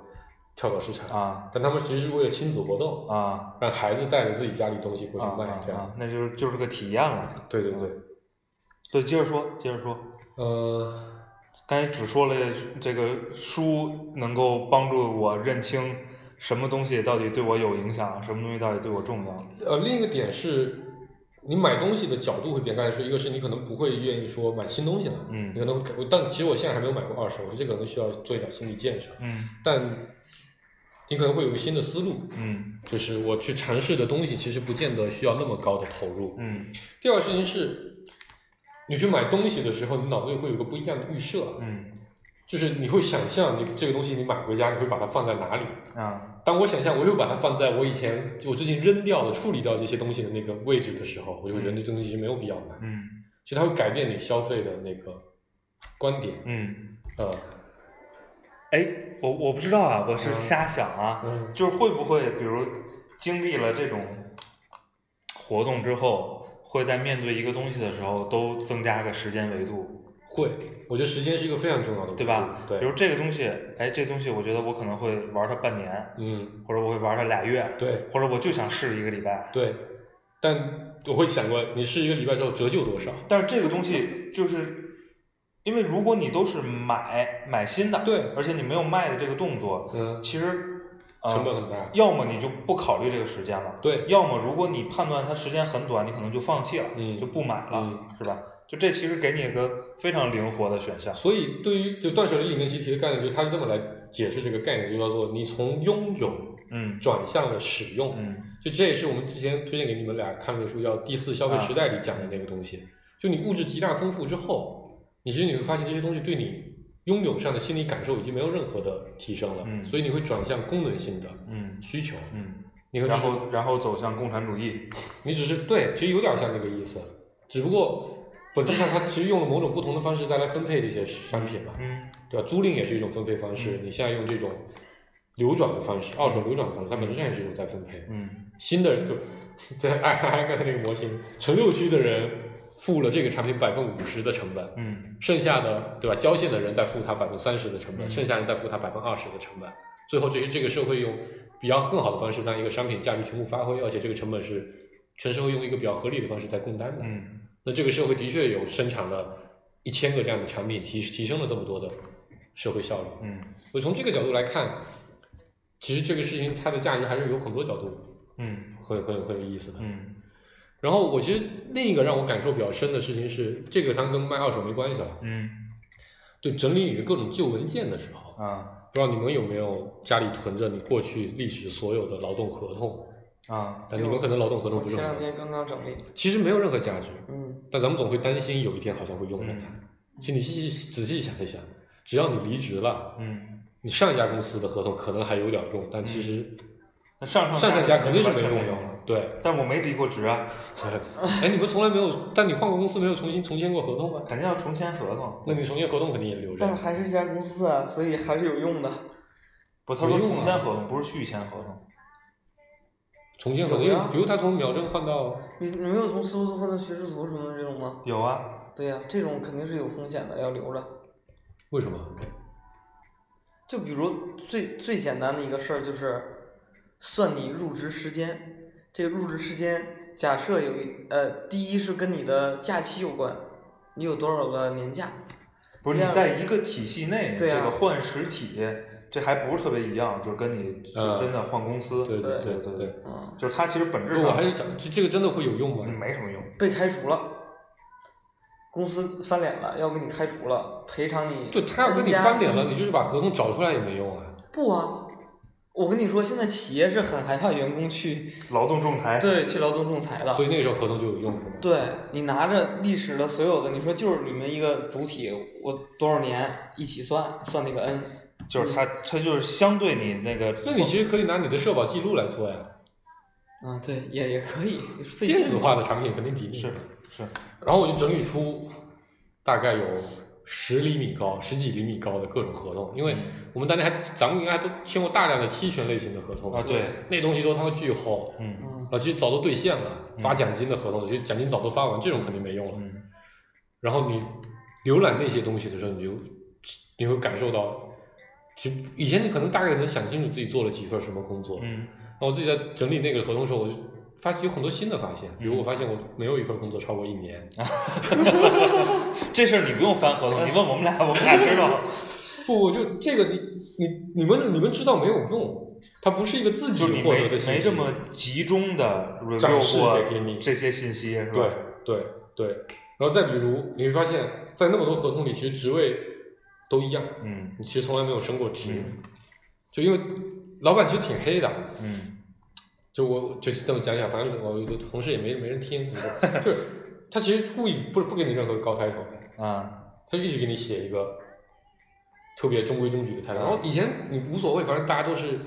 S5: 跳蚤市场，
S4: 啊
S5: 但他们其实是为了亲子活动，
S4: 啊
S5: 让孩子带着自己家里东西
S4: 啊
S5: 过去卖，
S4: 啊
S5: 这样。
S4: 啊，那就是就是个体验了。
S5: 对对对，
S4: 对，接着说，接着说，
S5: 呃，
S4: 刚才只说了这个书能够帮助我认清什么东西到底对我有影响，什么东西到底对我重要。
S5: 呃，另一个点是。你买东西的角度会变，刚才说，一个是你可能不会愿意说买新东西了，
S4: 嗯
S5: 你可能会改，但其实我现在还没有买过二手，我觉得这可能需要做一点心理建设，
S4: 嗯
S5: 但你可能会有一个新的思路，
S4: 嗯
S5: 就是我去尝试的东西其实不见得需要那么高的投入，
S4: 嗯
S5: 第二个事情是，你去买东西的时候，你脑子里会有个不一样的预设，
S4: 嗯
S5: 就是你会想象你这个东西你买回家，你会把它放在哪里？
S4: 啊
S5: 当我想象我又把它放在我以前我最近扔掉的、处理掉这些东西的那个位置的时候，我就会觉得这东西是没有必要买。
S4: 嗯
S5: 其实它会改变你消费的那个观点，
S4: 嗯，
S5: 呃，
S4: 哎，我我不知道啊，我是
S5: 嗯
S4: 瞎想啊，
S5: 嗯
S4: 就是会不会，比如经历了这种活动之后，会在面对一个东西的时候，都增加个时间维度，
S5: 会，我觉得时间是一个非常重要的，
S4: 对吧？
S5: 对，
S4: 比如这个东西，哎，这东西我觉得我可能会玩它半年，
S5: 嗯，
S4: 或者我会玩它俩月，
S5: 对
S4: 或者我就想试一个礼拜。
S5: 对，但我会想过，你试一个礼拜之后折旧多少？
S4: 但是这个东西就是，因为如果你都是买买新的，
S5: 对
S4: 而且你没有卖的这个动作，
S5: 嗯，
S4: 其实、呃、
S5: 成本很大。
S4: 要么你就不考虑这个时间了，
S5: 对，
S4: 要么如果你判断它时间很短，你可能就放弃了，
S5: 嗯
S4: 就不买了，
S5: 嗯
S4: 是吧？就这其实给你一个非常灵活的选项。
S5: 所以，对于就断舍离里面其实提的概念，就是它是这么来解释这个概念，就叫做你从拥有
S4: 嗯
S5: 转向了使用。
S4: 嗯
S5: 就这也是我们之前推荐给你们俩看的书，叫《第四消费时代》里讲的那个东西。就你物质极大丰富之后，你其实你会发现这些东西对你拥有上的心理感受已经没有任何的提升了，
S4: 嗯
S5: 所以你会转向功能性的
S4: 嗯
S5: 需求。
S4: 嗯，
S5: 你会
S4: 然
S5: 就是
S4: 后然后走向共产主义。
S5: 你只是对，其实有点像那个意思，只不过本质上它其实用了某种不同的方式再来分配这些商品嘛。
S4: 嗯
S5: 对吧？租赁也是一种分配方式，你现在用这种流转的方式，二手流转的方式，它本质上也是一种在分配。
S4: 嗯
S5: 新的人就对爱爱爱那个模型，城六区的人付了这个产品百分五十的成本，
S4: 嗯
S5: 剩下的对吧？郊县的人再付他百分之三十的成本，
S4: 嗯
S5: 剩下人再付他百分之二十的成本，最后这是这个社会用比较更好的方式让一个商品价值全部发挥，而且这个成本是全社会用一个比较合理的方式在共担的。
S4: 嗯
S5: 那这个社会的确有生产了一千个这样的产品，提提升了这么多的社会效率。
S4: 嗯
S5: 所以从这个角度来看，其实这个事情它的价值还是有很多角度
S4: 嗯
S5: 很很很有意思的。
S4: 嗯
S5: 然后我其实另一个让我感受比较深的事情是，这个它跟卖二手没关系啊，
S4: 嗯
S5: 就整理你的各种旧文件的时候，
S4: 啊
S5: 不知道你们有没有家里囤着你过去历史所有的劳动合同？
S4: 啊
S5: 但你们可能劳动合同
S3: 我
S5: 不是
S3: 前两
S5: 很多，
S3: 天刚刚整理，
S5: 其实没有任何价值，
S3: 嗯，
S5: 但咱们总会担心有一天好像会用上它。其实你细细仔细想一想，只要你离职了，
S4: 嗯，
S5: 你上一家公司的合同可能还有点用，但其
S3: 嗯
S5: 实
S4: 那上
S5: 上上家肯定是
S4: 完
S5: 没
S4: 全
S5: 用
S4: 没
S5: 的。对，
S4: 但我没离过职啊，
S5: 哎，你们从来没有，但你换过公司没有重新重签过合同吗？
S4: 肯定要重签合同。
S5: 那你重新合同肯定也留着。
S3: 但是还是这家公司啊，所以还是有用的。
S4: 不，他说
S5: 没用
S4: 重
S5: 啊
S4: 签合同，不是续签合同。
S5: 重新合同，
S3: 有呀
S5: 比如他从苗正换到，
S3: 你你没有从搜索换到学士图什么的这种吗？
S4: 有啊，
S3: 对呀、这种肯定是有风险的，要留着。
S5: 为什么？
S3: 就比如最最简单的一个事儿就是，算你入职时间。这个入职时间，假设有一呃，第一是跟你的假期有关，你有多少个年假？
S4: 不是
S3: 这
S4: 你
S3: 样
S4: 在一个体系内，
S3: 对啊
S4: 这个换实体，这还不是特别一样，就是跟你就
S5: 嗯
S4: 真的换公司。
S5: 对
S3: 对
S5: 对
S4: 对
S5: 对。
S3: 嗯，
S4: 就是它其实本质
S5: 不是
S4: 上
S5: 我还是想，这这个真的会有用吗？
S4: 没什么用。
S3: 被开除了，公司翻脸了，要给你开除了，赔偿你。
S5: 就他要跟你翻脸了，你就是把合同找出来也没用啊。
S3: 不啊，我跟你说，现在企业是很害怕员工去
S4: 劳动仲裁，
S3: 对去劳动仲裁的。
S5: 哎所以那时候合同就有用，是吗？
S3: 对你拿着历史的所有的，你说就是你们一个主体，我多少年一起算算那个 n，
S4: 就是它，它就是相对你那个，
S5: 那你其实可以拿你的社保记录来做呀，
S3: 啊，对，也也可以，费劲
S5: 电子化的产品肯定比那
S4: 是
S5: 个。
S4: 是，
S5: 然后我就整理出大概有十厘米高、十几厘米高的各种合同，因为
S4: 嗯
S5: 我们当年还咱们应该都签过大量的期权类型的合同
S4: 啊对，
S5: 那东西都他妈巨厚，
S4: 嗯
S3: 嗯，
S5: 啊，其实早都兑现了，
S4: 嗯
S5: 发奖金的合同，其实奖金早都发完，这种肯定没用了。
S4: 嗯
S5: 然后你浏览那些东西的时候，你就你会感受到，就以前你可能大概能想清楚自己做了几份什么工作。
S4: 嗯
S5: 然后我自己在整理那个合同的时候，我就发现有很多新的发现，比如我发现我没有一份工作超过一年，
S4: 这事儿你不用翻合同，你问我们俩，我们俩知道。
S5: 不，我就这个你你你们你们知道没有用，它不是一个自己
S4: 就是你
S5: 获
S4: 没
S5: 得的信息，
S4: 没这么集中的
S5: 展
S4: review
S5: 示给
S4: 过
S5: 你
S4: 这些信息，是吧？
S5: 对对对。然后再比如，你会发现在那么多合同里，其实职位都一样，
S4: 嗯
S5: 你其实从来没有升过职，
S4: 嗯
S5: 就因为老板其实挺黑的。
S4: 嗯
S5: 就我就是这么讲讲，反正我有个同事也没没人听，就是他其实故意不不给你任何高抬头，
S4: 啊
S5: 他就一直给你写一个特别中规中矩的
S4: 嗯
S5: 抬头。然后以前你无所谓，反正大家都是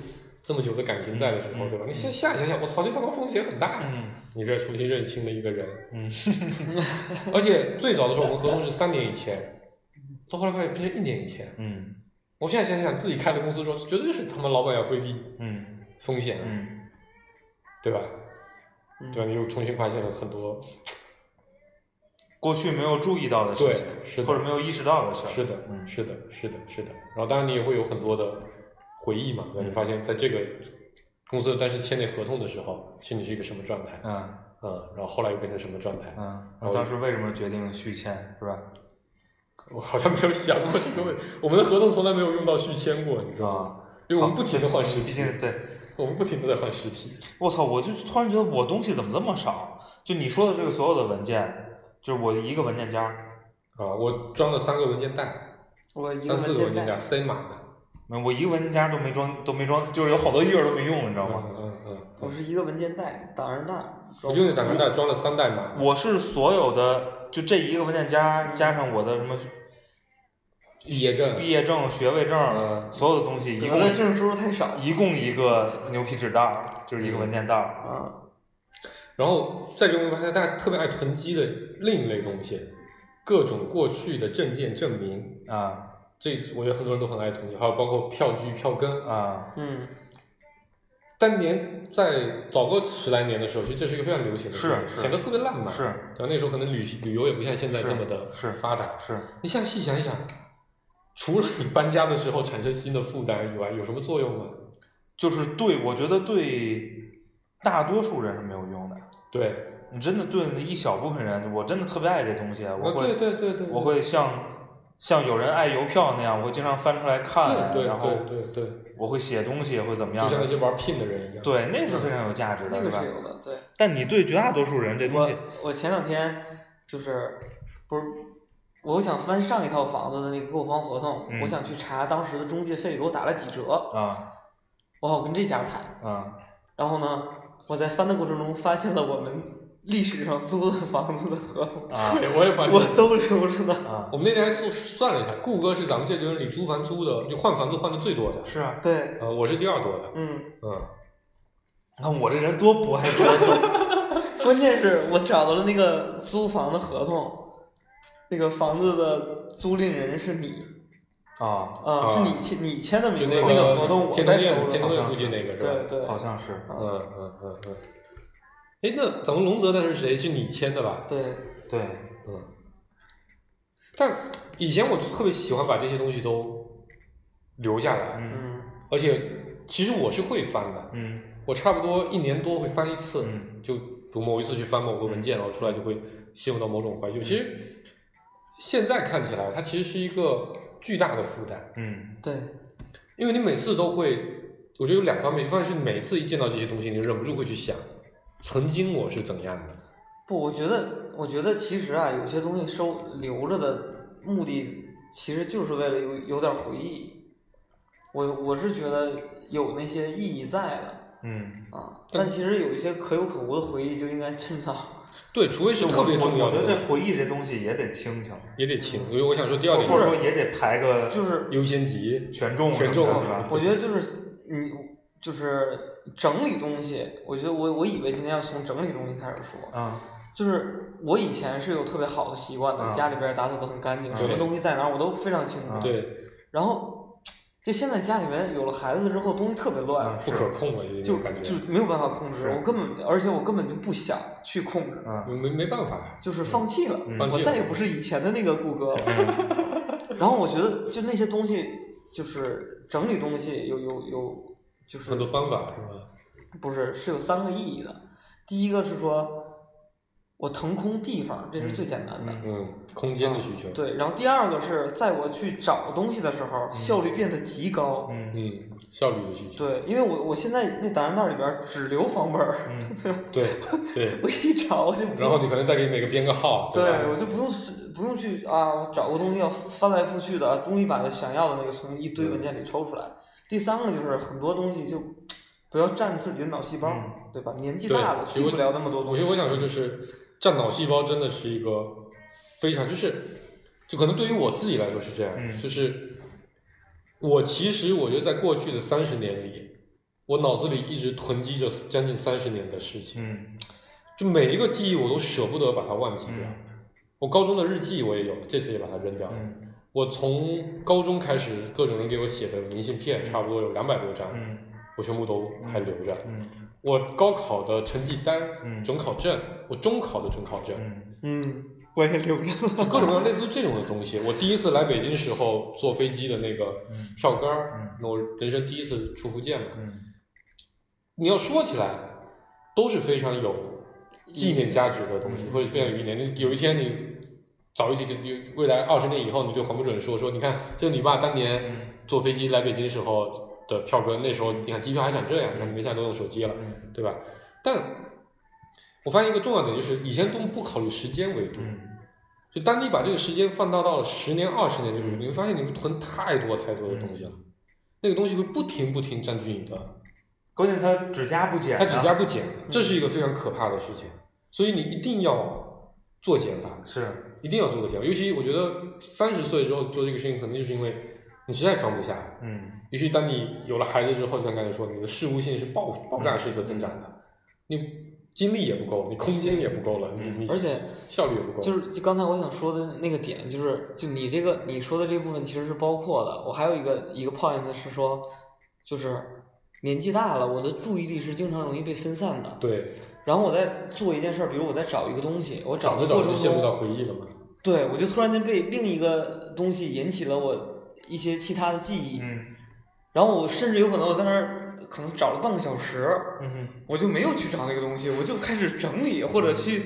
S5: 这么久的感情在的时候，
S4: 嗯嗯
S5: 对吧？你现现在想想，我操，这他妈风险很大呀！啊
S4: 嗯
S5: 你这重新认清了一个人，
S4: 嗯
S5: 而且最早的时候我们合同是三年以前，到后来发现变成一年以前。
S4: 嗯
S5: 我现在想想，自己开了公司之后，绝对是他妈老板要规避
S4: 嗯
S5: 风险，
S4: 嗯
S5: 对吧？
S3: 嗯
S5: 对吧？你又重新发现了很多，
S4: 过去没有注意到的事
S5: 对
S4: 情，，
S5: 是的，
S4: 或者没有意识到的事儿，
S5: 是的，
S4: 嗯
S5: 是的，是的，是的。然后当然你也会有很多的回忆嘛，
S4: 嗯
S5: 对吧？你发现在这个公司但是签那合同的时候，其实你是一个什么状态，
S4: 嗯
S5: 嗯，然后后来又变成什么状态？
S4: 嗯，我当时为什么决定续签，是吧？
S5: 我好像没有想过这个问题，我们的合同从来没有用到续签过，你知道吗？
S4: 啊，
S5: 因为我们不停的换实
S4: 毕
S5: 体，
S4: 竟对，
S5: 我们不停的在换实体。
S4: 我操！我就突然觉得我东西怎么这么少？就你说的这个所有的文件，就是我一个文件夹儿，
S5: 啊，我装了三个文件袋，
S3: 我一个
S5: 三四
S3: 文件
S5: 个文件
S3: 袋
S5: 夹，塞满的。
S4: 没嗯我一个文件夹儿都没装，都没装，就是有好多页儿都没用，你知道吗？
S5: 嗯嗯嗯
S3: 我是一个文件袋，档案袋，
S5: 我就那打开袋装了三袋满的。
S4: 我是所有的就这一个文件夹加上我的什么
S5: 嗯毕业证
S4: 毕业证、学位证，
S5: 嗯
S4: 所有的东西一
S3: 有
S4: 共
S3: 的证书太少
S4: 一共一个牛皮纸袋儿，就是一个文件袋儿。
S3: 啊，
S5: 然后在这种发现，大家特别爱囤积的另一类东西，各种过去的证件证明，
S4: 啊
S5: 这我觉得很多人都很爱囤积，还有包括票据、票根。
S4: 啊
S3: 嗯，
S5: 当年在早个十来年的时候，其实这是一个非常流行的
S4: 是
S5: 东西，
S4: 是
S5: 显得特别浪漫。
S4: 是
S5: 对吧，那时候可能旅行旅游也不像现在
S4: 是
S5: 这么的
S4: 是
S5: 发达。
S4: 是
S5: 你现在细想一想，除了你搬家的时候产生新的负担以外，有什么作用吗？
S4: 就是对我觉得对大多数人是没有用的。
S5: 对，
S4: 你真的对那一小部分人，我真的特别爱这东西，我
S5: 啊
S4: 会
S5: 对对对对，
S4: 我会像像有人爱邮票那样，我会经常翻出来看，
S5: 对
S4: 然后
S5: 对对对，
S4: 我会写东西，会怎么
S5: 就
S4: 样
S5: 像那嗯
S4: 的？
S5: 些玩 pin 的人一样。
S4: 对，那是非常有价值的，
S3: 那
S4: 对
S3: 个
S4: 吧
S3: 是？有的，对。
S4: 但你对绝大多数人这东
S3: 我
S4: 西，
S3: 我前两天就是不是，我想翻上一套房子的那个购房合同，
S4: 嗯
S3: 我想去查当时的中介费给我打了几折，
S4: 啊
S3: 我好跟这家谈。
S4: 啊
S3: 然后呢，我在翻的过程中发现了我们历史上租的房子的合同，
S4: 啊
S5: 对， 我也发现。
S3: 我都留着呢。
S4: 啊，
S5: 我们那天还算算了一下，顾哥是咱们这堆人里租房租的，就换房子换的最多的。
S4: 是啊，
S3: 对，
S5: 呃，我是第二多的。
S3: 嗯，
S5: 嗯，
S4: 你看我这人多不爱折腾，
S3: 关键是我找到了那个租房的合同，那个房子的租赁人是你
S4: 啊，
S3: 啊，是
S5: 啊
S3: 你签你签的
S5: 就
S3: 名，
S5: 那
S3: 那个合同
S5: 个
S3: 我
S5: 天通
S3: 在手
S5: 苑，天
S3: 里
S5: 通苑
S3: 了。
S5: 附近那个是吧？
S3: 对对，
S4: 好像是，
S5: 嗯嗯嗯嗯。哎，那咱们龙泽那是谁？是你签的吧？
S3: 对，
S4: 对，
S5: 嗯。但以前我特别喜欢把这些东西都留下来，
S4: 嗯
S3: 嗯。
S5: 而且其实我是会翻的，
S4: 嗯
S5: 我差不多一年多会翻一次，
S4: 嗯
S5: 就比如某一次去翻某个文件，然后出来就会陷入到某种怀旧。其实现在看起来，它其实是一个巨大的负担，
S4: 嗯
S3: 对，
S5: 因为你每次都会，我觉得有两方面，一方面是每次一见到这些东西，你忍不住会去想，曾经我是怎样的，
S3: 不，我觉得，我觉得其实啊，有些东西收留着的目的，其实就是为了有有点回忆。我我是觉得有那些意义在的
S4: 嗯，
S3: 啊，
S5: 但
S3: 但其实有一些可有可无的回忆就应该趁 早。
S5: 对，除非是
S4: 我
S5: 特别
S4: 我
S5: 重要
S4: 我觉
S5: 的
S4: 得
S5: 东
S4: 这
S5: 西，
S4: 回忆这东西也得清清，
S5: 也得清。所以我想说第二
S4: 或
S5: 点
S4: 者说
S5: 是
S4: 也得排个
S3: 就是
S5: 优先级，
S4: 权重什
S5: 权
S4: 么
S5: 重啊
S4: 的，对吧？
S3: 我觉得就是你就是整理东西，我觉得我我以为今天要从整理东西开始说，
S4: 啊
S3: 就是我以前是有特别好的习惯的，
S4: 啊
S3: 家里边儿打扫的很干净，
S4: 啊
S3: 什么
S5: 对
S3: 东西在哪儿我都非常清楚。
S4: 啊
S5: 对，
S3: 然后就现在家里面有了孩子之后，东西特别乱，
S4: 啊
S5: 不可控了，
S3: 就
S5: 感觉
S3: 就没有办法控制，
S4: 是
S3: 我根本而且我根本就不想去控制，
S4: 啊，
S5: 没没办法，
S3: 就是放弃了，
S4: 嗯
S5: 放弃
S3: 我
S5: 了
S3: 再也不是以前的那个顾哥了。 然后我觉得就那些东西，就是整理东西有有有，就是
S5: 很多方法是吧？
S3: 不是是有三个意义的，第一个是说。我腾空地方，这是最简单的。
S4: 嗯
S5: 嗯，空间的需求，，
S3: 对，然后第二个是在我去找东西的时候，效率变得极高。
S4: 嗯
S5: 嗯，效率的需求，
S3: 对，因为我我现在那档案袋里边儿只留房本儿，
S4: 嗯
S5: 对对，
S3: 我一找我就不
S5: 然后你可能再给每个编个号，
S3: 对
S5: 吧？
S3: 我就不用是不用去啊，我找个东西要翻来覆去的，啊终于把想要的那个从一堆文件里抽出来。第三个就是很多东西就不要占自己的脑细胞，
S4: 嗯
S3: 对吧？年纪
S5: 对
S3: 大了
S5: 其实
S3: 记
S5: 我
S3: 不了那么多东
S5: 我
S3: 西。
S5: 觉得我想说就是，占脑细胞真的是一个非常就是，就可能对于我自己来说是这样，
S4: 嗯
S5: 就是我其实我觉得在过去的三十年里，我脑子里一直囤积着将近三十年的事情，
S4: 嗯
S5: 就每一个记忆我都舍不得把它忘记掉。
S4: 嗯
S5: 我高中的日记我也有，这次也把它扔掉了。
S4: 嗯
S5: 我从高中开始，各种人给我写的明信片，差不多有两百多张，
S4: 嗯
S5: 我全部都还留着。
S4: 嗯
S5: 我高考的成绩单、
S4: 嗯
S5: 准考证，我中考的准考证，
S4: 嗯
S3: 嗯，我也留 着。
S5: 各种各样类似于这种的东西。我第一次来北京时候坐飞机的那个
S4: 嗯
S5: 票根
S4: 嗯
S5: 儿，那我人生第一次出福建嘛。
S4: 嗯
S5: 你要说起来，都是非常有纪念价值的东西，
S4: 嗯
S5: 或者非常有意义的。你有一天你早一天，就未来二十年以后，你就很不准说说，你看，这是你爸当年
S4: 嗯
S5: 坐飞机来北京时候的票根，那时候你看机票还长这样，你看你们现在都用手机了。
S4: 嗯
S5: 对吧？但我发现一个重要点就是，以前都不考虑时间维度，
S4: 嗯
S5: 就当你把这个时间放大到了十年、二十年这个维
S4: 嗯
S5: 度，你会发现你会囤太多太多的东西了，那个东西会不停不停占据你的，
S4: 关键它指甲不剪
S5: 它
S4: 呢，
S5: 指甲不减，
S4: 嗯
S5: 这是一个非常可怕的事情，所以你一定要做减法，
S4: 是
S5: 一定要做个减法。尤其我觉得三十岁之后做这个事情，肯定就是因为你实在装不下了。
S4: 嗯
S5: 也许当你有了孩子之后，就像刚才说，你的事务性是爆爆炸式的增长
S3: 嗯
S5: 的，你精力也不够，你空间也不够了，你你
S3: 嗯而且
S5: 效率也不够，
S3: 就是就刚才我想说的那个点，就是就你这个你说的这部分其实是包括的。我还有一个一个 point 是说，就是年纪大了，我的注意力是经常容易被分散的。
S5: 对，
S3: 然后我在做一件事儿，比如我在找一个东西，我
S5: 找
S3: 的
S5: 着
S3: 过
S5: 找着
S3: 程
S5: 就陷入到
S3: 中，
S5: 回忆了嘛。
S3: 对我就突然间被另一个东西引起了我一些其他的记忆，
S4: 嗯
S3: 然后我甚至有可能我在那儿可能找了半个小时，
S4: 嗯哼
S3: 我就没有去找那个东西，我就开始整理或者去
S5: 嗯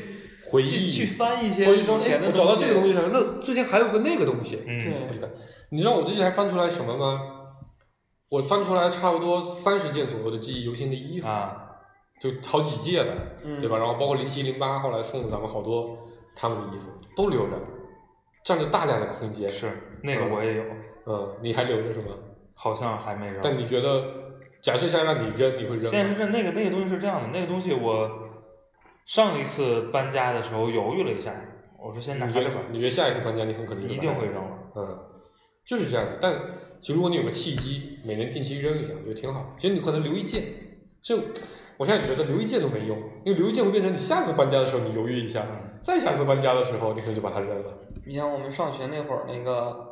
S5: 回
S3: 去
S5: 忆
S3: 去翻一些
S5: 我就
S3: 以
S5: 说，
S3: 前
S5: 哎，
S3: 的
S5: 我找到
S3: 东
S5: 这
S3: 西
S5: 个东西了，那之前还有个那个东西，
S4: 嗯
S3: 对
S5: 我就看。你知道我最近还翻出来什么吗？我翻出来差不多三十件左右的记忆犹新的衣服，
S4: 啊，
S5: 就好几届的，
S3: 嗯
S5: 对吧？然后包括零七零八后来送咱们好多他们的衣服都留着，占着大量的空间。
S4: 是那个我也有，
S5: 嗯，你还留着是吗？
S4: 好像还没扔。
S5: 但你觉得，假设现在让你扔，你会扔吗？
S4: 现在是这那个那个东西是这样的，那个东西我上一次搬家的时候犹豫了一下，我说先拿
S5: 你觉
S4: 着
S5: 得
S4: 吧，
S5: 你觉得下一次搬家你很可能就
S4: 一定
S5: 把它
S4: 会扔了。
S5: 嗯，就是这样的。但其实如果你有个契机，每年定期扔一下，我觉得挺好。其实你可能留一件，就我现在觉得留一件都没用，因为留一件会变成你下次搬家的时候你犹豫一下，
S4: 嗯
S5: 再下次搬家的时候你可能就把它扔了。
S3: 你像我们上学那会儿，那个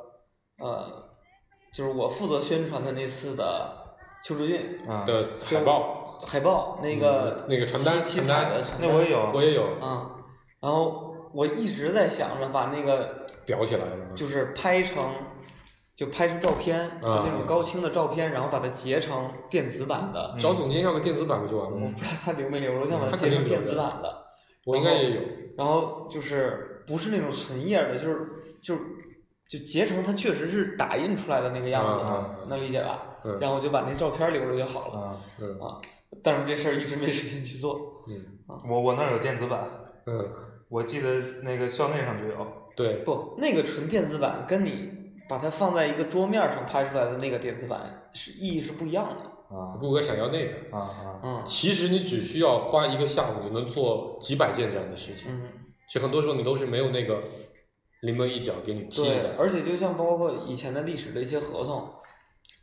S3: 呃，就是我负责宣传的那次的邱志运
S4: 啊，
S5: 的
S3: 就
S5: 海报
S3: 海报，那个、
S5: 嗯那个传单
S3: 七七
S5: 传
S3: 彩
S5: 单
S3: 的传
S4: 那我也有
S5: 我也有
S3: 啊、然后我一直在想着把那个
S5: 裱起来了嘛，
S3: 就是拍成，就拍成照片，就那
S5: 嗯
S3: 种高清的照片，然后把它截成电子版的。
S5: 找总监要个电子版不就完了
S3: 我
S5: 吗
S3: 不？
S4: 嗯
S3: 知道他留没留，我想把它
S5: 他
S3: 截
S5: 嗯肯定
S3: 成电
S5: 留
S3: 子
S5: 着
S3: 版的。
S5: 我应该也有，
S3: 然后就是不是那种纯页的，就是就是就截成它确实是打印出来的那个样子，啊
S5: 嗯嗯嗯
S3: 能理解吧？
S5: 嗯
S3: 然后我就把那照片留着就好了。
S4: 啊，
S5: 嗯
S3: 但是这事儿一直没时间去做。
S5: 嗯
S4: 我我那儿有电子版，
S5: 嗯，
S4: 我记得那个校内上就有。
S5: 对，
S3: 不，那个纯电子版跟你把它放在一个桌面上拍出来的那个电子版是意义是不一样的。
S4: 啊
S5: 谷歌想要那个。
S4: 啊啊！
S3: 嗯
S5: 其实你只需要花一个下午，你能做几百件这样的事情。
S3: 嗯，
S5: 其实很多时候你都是没有那个临门一脚给你踢一
S3: 对，
S5: 下。
S3: 而且就像包括以前的历史的一些合同，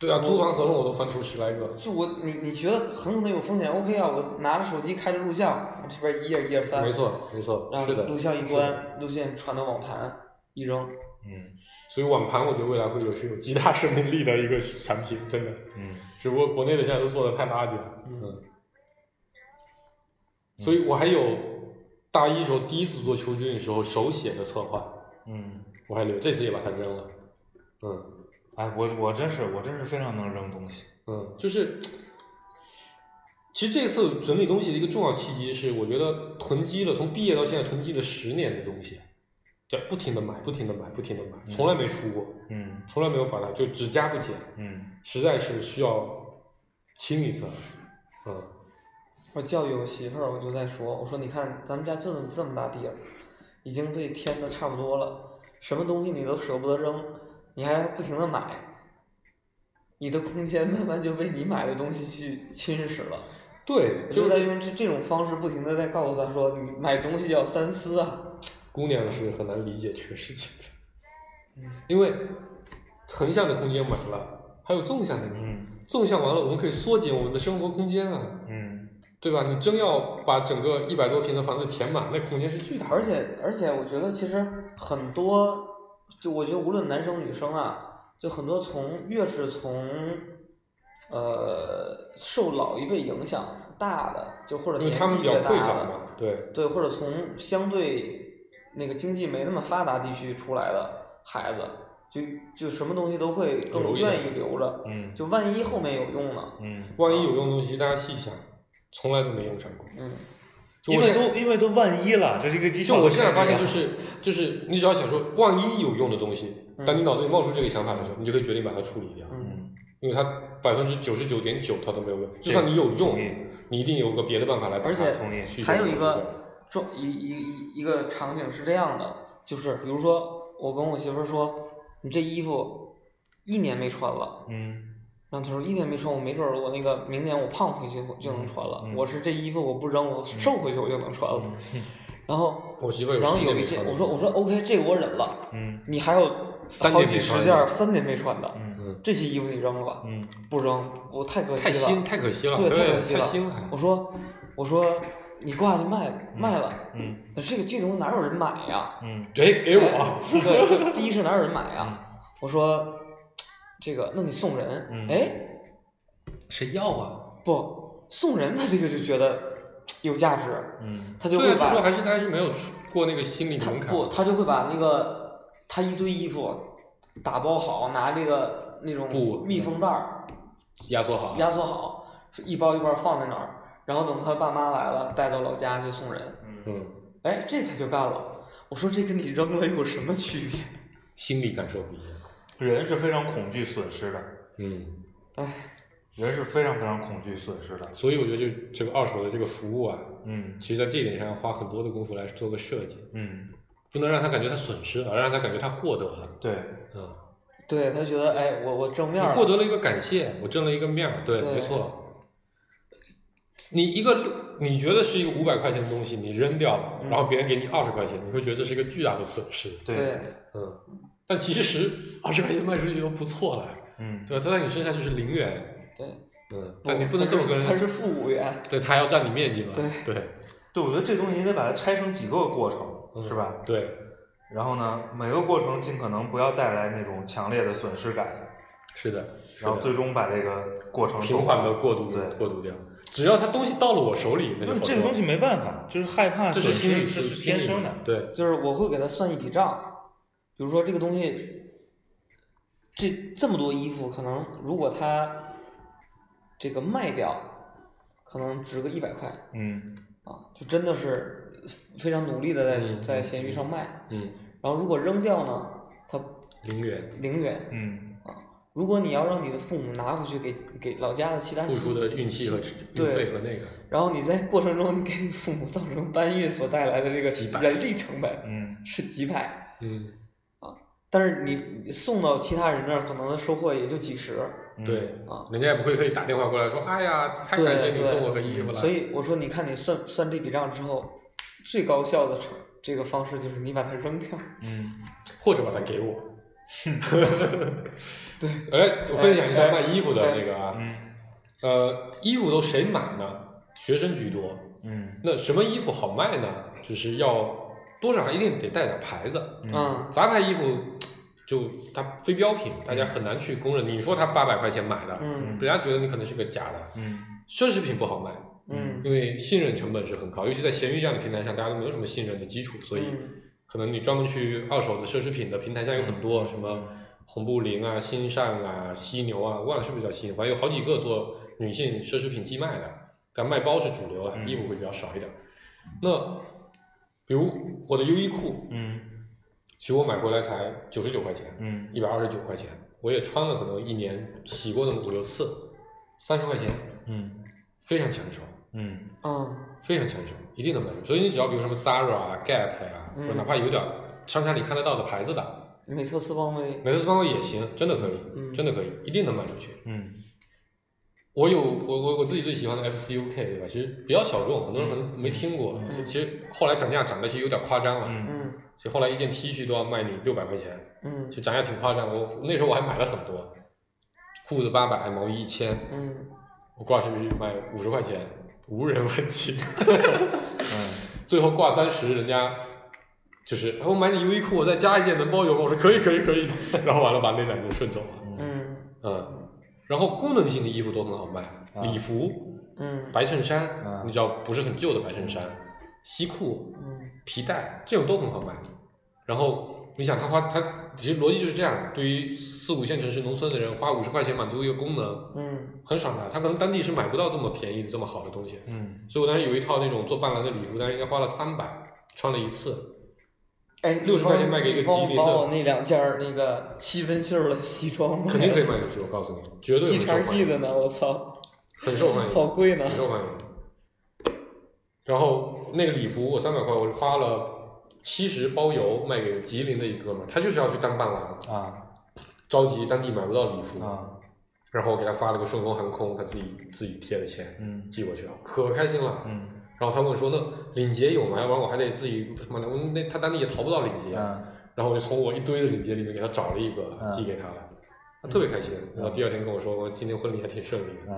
S5: 对啊，租房合同我都翻出十来个。
S3: 就我你你觉得很可能有风险，OK 啊，我拿着手机开着录像，往这边一页一页翻，
S5: 没错，没错，
S3: 然后
S5: 是的。
S3: 录像一
S5: 是的。
S3: 关，录像传到网盘一扔，
S4: 嗯
S5: 所以网盘我觉得未来会有是有极大生命力的一个产品，真的。
S4: 嗯
S5: 只不过国内的现在都做的太垃圾了。
S3: 嗯
S5: 所以我还有大一时候第一次做球军的时候手写的策划，
S4: 嗯，
S5: 我还留，这次也把它扔了。嗯。
S4: 哎，我我真是我真是非常能扔东西。
S5: 嗯，就是，其实这次整理东西的一个重要契机是，我觉得囤积了从毕业到现在囤积了十年的东西，对，不停的买，不停的买，不停的买，从来没出过，
S4: 嗯
S5: 从来没有把它就只加不减，
S4: 嗯
S5: 实在是需要清一下。嗯，
S3: 我教育我媳妇儿，我就在说，我说你看咱们家就这么这么大地儿，已经被填的差不多了，什么东西你都舍不得扔，你还不停的买，你的空间慢慢就被你买的东西去侵蚀了。
S5: 对，
S3: 我
S5: 就
S3: 就在
S5: 是
S3: 用这这种方式不停的在告诉她说，你买东西要三思啊。
S5: 姑娘是很难理解这个事情的，因为横向的空间满了，还有纵向的，
S4: 嗯
S5: 纵向完了，我们可以缩减我们的生活空间啊。
S4: 嗯
S5: 对吧？你真要把整个一百多平的房子填满，那空间是巨大的。
S3: 而，且而且，我觉得其实很多，就我觉得无论男生女生啊，就很多从越是从，呃，受老一辈影响大的，就或者
S5: 因为
S3: 年
S5: 他们
S3: 纪
S5: 比较
S3: 越
S5: 匮
S3: 大
S5: 乏
S3: 的，
S5: 嘛，对，
S3: 对，或者从相对那个经济没那么发达地区出来的孩子，就就什么东西都会更
S5: 留一
S3: 愿
S5: 下
S3: 意留着，
S4: 嗯
S3: 就万一后面有用呢，
S4: 嗯，
S5: 万一有用的东西，大家细想，从来都没用上过。
S3: 嗯，
S5: 就
S4: 因
S5: 我
S4: 为
S5: 现在，
S4: 都因为都万一了，这是一个极
S5: 就
S4: 小。
S5: 我现在发现，就是就是，你只要想说万一有用的东西，
S3: 嗯
S5: 当你脑子里冒出这个想法的时候，你就可以决定把它处理掉，
S3: 嗯
S4: 嗯
S5: 因为它百分之九十九点九它都没有用。就
S4: 这
S5: 算你有
S4: 同意
S5: 用，你一定有个别的办法来把
S3: 而
S5: 它
S3: 且
S4: 同意
S5: 去
S3: 还有一
S5: 解决
S3: 个重一一一一个场景是这样的，就是比如说我跟我媳妇儿说，你这衣服一年没穿了，
S4: 嗯
S3: 然后她说一年没穿，我没准儿我那个明年我胖回去就能穿了。
S4: 嗯嗯
S3: 我是这衣服我不扔，我瘦回去我就能穿了。
S4: 嗯
S3: 然后
S5: 嗯 我媳妇儿有
S3: 然后
S5: 十
S3: 有
S5: 年
S3: 一
S5: 没
S3: 些
S5: 穿
S3: 我
S5: 过
S3: 说我说 OK 这个我忍了，
S4: 嗯
S3: 你还有
S5: 三
S3: 好
S5: 年
S3: 几
S5: 没
S3: 十
S5: 穿
S3: 件
S5: 的
S3: 儿三年没穿的，
S4: 嗯
S5: 嗯
S3: 这些衣服你扔了吧？
S4: 嗯
S3: 不扔，我太可惜
S5: 太
S3: 了。
S5: 新太可惜了，
S3: 对，
S5: 对，
S3: 太
S5: 太
S3: 可惜了。
S5: 新了
S3: 我。说，我说你挂就卖卖了，
S4: 嗯
S3: 这个这东西哪有人买呀？
S4: 嗯
S5: 对，哎给
S3: 哎
S5: 我，啊
S3: 对，就第一是哪有人买呀？我说，这个那你送人
S4: 嗯，
S3: 哎，
S5: 谁要啊？
S3: 不送人，他这个就觉得有价值，
S4: 嗯
S3: 他就
S5: 对
S3: 会
S5: 啊，他说
S3: 把
S5: 还是他还是没有出过那个心理
S3: 他
S5: 门槛。
S3: 不他就会把那个他一堆衣服打包好，拿这个那
S5: 布嗯啊
S3: 种密封袋儿
S5: 压缩好，
S3: 压缩好，一包一包放在那儿，然后等他爸妈来了带到老家就送人。
S4: 嗯
S5: 嗯，
S3: 哎，这他就干了。我说这跟你扔了有什么区别？
S5: 心理感受不一样。
S4: 人是非常恐惧损失的，
S5: 嗯，
S3: 哎，
S4: 人是非常非常恐惧损失的。
S5: 所以我觉得就这个二手的这个服务啊，
S4: 嗯
S5: 其实在这一点上要花很多的功夫来做个设计，
S4: 嗯，
S5: 不能让他感觉他损失了，而让他感觉他获得了。
S4: 对，
S5: 嗯，
S3: 对他觉得哎，我我正
S5: 你
S3: 面儿
S5: 获
S3: 了
S5: 得了一个感谢，我挣了一个面儿，对，
S3: 对
S5: 没错。你一个六，你觉得是一个五百块钱的东西，你扔掉了，
S4: 嗯
S5: 然后别人给你二十块钱，你会觉得这是一个巨大的损失。
S4: 对
S5: 嗯，但其实二十块钱卖出去都不错了，
S4: 嗯
S5: 对吧？它在你身上就是零元，
S3: 对，
S5: 嗯，
S3: 不
S5: 但你不能这么跟
S3: 哦他是
S5: 人，
S3: 负五元，
S5: 对，他要占你面积嘛，
S3: 对
S5: 对
S4: 对，我觉得这东西你得把它拆成几个过程，
S5: 嗯
S4: 是吧？
S5: 对，
S4: 然后呢，每个过程尽可能不要带来那种强烈的损失感，
S5: 是的，是
S4: 然后
S5: 的
S4: 最终把这个过程
S5: 平缓的过渡
S4: 对
S5: 过渡掉。只要它东西到了我手里，
S4: 因
S5: 那就
S4: 为
S5: 好
S4: 这个
S5: 多
S4: 东西没办法，就是害怕
S5: 这
S4: 损
S5: 是
S4: 失，
S5: 心理，
S4: 这
S5: 这
S4: 是天生的。
S5: 对，
S3: 就是我会给他算一笔账，比如说这个东西，这这么多衣服，可能如果他这个卖掉，可能值个一百块
S4: 嗯
S3: 啊，就真的是非常努力的在、
S5: 嗯
S3: 在闲鱼上卖。
S5: 嗯，
S3: 然后如果扔掉呢，他
S5: 零元
S3: 零元。
S4: 嗯
S3: 如果你要让你的父母拿回去给给老家的其他
S5: 付出的运气和运费
S3: 对
S5: 和那个，
S3: 然后你在过程中，你给你父母造成搬运所带来的这个
S5: 几百
S3: 人力成本
S4: 嗯，
S3: 是几百，
S5: 嗯，
S3: 但是你你送到其他人那儿，可能收获也就几十
S4: 嗯
S5: 对，
S3: 啊。
S5: 人家也不会可以打电话过来说，哎呀，太
S3: 对
S5: 感谢你
S3: 对
S5: 送我个衣服了，
S3: 所以我说，你看你算算这笔账之后，最高效的成这个方式就是你把它扔掉。
S4: 嗯
S5: 或者把它给我。 对，哎，我分享一下
S3: 哎
S5: 卖衣服的那个啊，
S4: 嗯
S5: 呃，衣服都谁买呢？学生居多。
S4: 嗯
S5: 那什么衣服好卖呢？就是要多少还一定得带点牌子。
S4: 嗯
S3: 嗯
S5: 杂牌衣服就它非标品，大家很难去公认。你说它八百块钱买的，
S3: 嗯
S5: 人家觉得你可能是个假的。
S4: 嗯
S5: 奢侈品不好卖，
S3: 嗯
S5: 因为信任成本是很高，尤其在闲鱼这样的平台上，大家都没有什么信任的基础，所以
S3: 嗯
S5: 可能你专门去二手的奢侈品的平台上有很
S4: 嗯
S5: 多什么红布林啊、新善啊、犀牛啊，忘了是不是叫犀牛，反正有好几个做女性奢侈品寄卖的，但卖包是主流了，
S4: 嗯
S5: 衣服会比较少一点。那比如我的优衣库，
S4: 嗯
S5: 其实我买回来才九十九块钱，
S4: 嗯
S5: 一百二十九块钱，我也穿了可能一年洗过那么五六次，三十块钱
S4: 嗯
S5: 非常抢手。
S4: 嗯
S3: 嗯
S5: 非常抢手，一定能买住。所以你只要比如什么 Zara 啊、Gap 呀、或
S3: 嗯
S5: 者哪怕有点商场里看得到的牌子的，
S3: 美特斯邦威。
S5: 美特斯邦威也行，真的可以，
S3: 嗯
S5: 真的可以，一定能卖出去。
S4: 嗯
S5: 我有我我我自己最喜欢的 FCUK 对吧？其实比较小众，很多人可能没听过。
S4: 嗯
S5: 就其实后来涨价涨的其实有点夸张了、
S4: 嗯
S3: 嗯
S5: 所以后来一件 T 恤都要卖你六百块钱，
S3: 嗯
S5: 就涨价挺夸张。我那时候我还买了很多，裤子八百，毛衣一千，
S3: 嗯
S5: 我挂身边卖五十块钱，无人问津。
S4: 嗯
S5: 最后挂三十，人家就是、哎我买你优衣库，我再加一件能包邮吗？我说可以可以可以，然后完了把那两件顺走了，
S3: 嗯
S5: 嗯，然后功能性的衣服都很好卖，
S4: 啊
S5: 礼服、
S3: 嗯
S5: 白衬衫，
S4: 啊
S5: 你只要不是很旧的白衬衫、西裤、
S3: 嗯
S5: 皮带这种都很好卖。然后你想他花他其实逻辑就是这样，对于四五线城市农村的人，花五十块钱满足一个功能
S3: 嗯
S5: 很爽的，他可能当地是买不到这么便宜的这么好的东西，
S4: 嗯，
S5: 所以我当时有一套那种做伴郎的礼服，但是应该花了三百，穿了一次。
S3: 哎，
S5: 60块钱卖给一个
S3: 你帮
S5: 吉林
S3: 我
S5: 的
S3: 帮我那两件儿那个七分袖儿的西装吗？
S5: 肯定可以卖出去，我告诉你，绝对
S3: 几
S5: 很受
S3: 茬
S5: 欢
S3: 记的
S5: 迎，
S3: 呢，我操，
S5: 很受欢迎，
S3: 好贵呢
S5: 很。受欢迎。然后那个礼服我三百块，我花了七十包邮卖给吉林的一哥们儿，他就是要去当伴郎，
S4: 啊
S5: 着急当地买不到礼服，
S4: 啊
S5: 然后我给他发了个顺丰航空，他自己自己贴的钱
S4: 嗯
S5: 寄过去了，可开心了。
S4: 嗯
S5: 然后他问说那领结有吗？要不然我还得自己他妈的，我那他当地也淘不到领结，
S4: 嗯
S5: 然后我就从我一堆的领结里面给他找了一个、
S4: 嗯
S5: 寄给他了，他特别开心。然后第二天跟我说，我今天婚礼还挺顺利的。
S4: 嗯，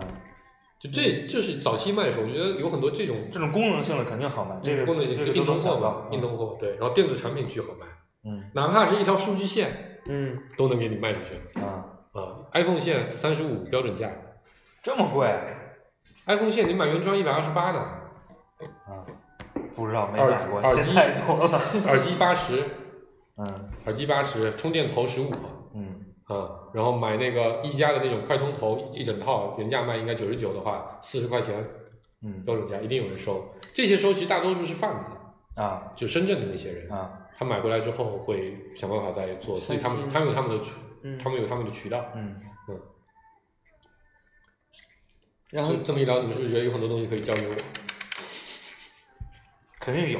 S5: 就这，就是早期卖的时候，我觉得有很多这种
S4: 这种功能性的肯定好卖，这个
S5: 嗯功能性
S4: 这
S5: 就
S4: 个
S5: 硬
S4: 都能
S5: 通货
S4: 想
S5: 嘛
S4: 到，，
S5: 硬通货对。然后电子产品巨好卖，
S4: 嗯
S5: 哪怕是一条数据线
S3: 嗯，
S5: 都能给你卖出去
S4: 啊，
S5: 啊。iPhone 线三十五标准价
S4: 这么贵
S5: ，iPhone 线你买原装一百二十八呢，
S4: 啊？不知道没
S5: 耳
S4: 买过，
S5: 耳
S4: 现
S5: 机
S4: 在多了。
S5: 耳机八十，
S4: 嗯
S5: 耳机八十，充电头十五。
S4: 嗯
S5: 啊、然后买那个一加的那种快充头一整套，原价卖应该九十九的话，四十块钱
S4: 嗯
S5: 标准价一定有人收。这些收其实大多数是贩子，
S4: 啊啊
S5: 就深圳的那些人，
S4: 啊，
S5: 他买回来之后会想办法再做，所以他们
S3: 分心
S5: 他们有他们的渠，
S3: 嗯
S5: 他们有他们的渠道。
S4: 嗯，
S3: 然后
S5: 这这么一聊，你是不是觉得有很多东西可以教给我？
S4: 肯定有，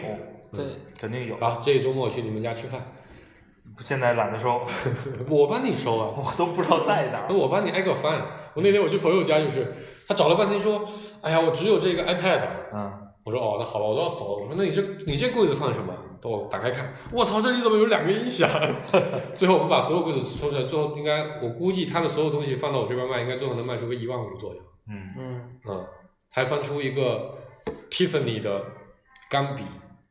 S3: 对，
S4: 肯定有。
S5: 好，这一周末去你们家吃饭，
S4: 现在懒得收，
S5: 我帮你收啊。
S4: 我都不知道在哪
S5: 那
S4: 儿。
S5: 我帮你挨个翻。我那天我去朋友家，就是他找了半天说，哎呀，我只有这个 iPad。
S4: 嗯，
S5: 我说哦，那好吧，我都要走了。我说那你这你这柜子放什么？等我打开看，我操，这里怎么有两个音响？ 最后我们把所有柜子抽出来，最后应该我估计他的所有东西放到我这边卖，应该最后能卖出个一万五左右。
S4: 嗯，
S3: 嗯，
S5: 嗯，还翻出一个 Tiffany 的钢笔，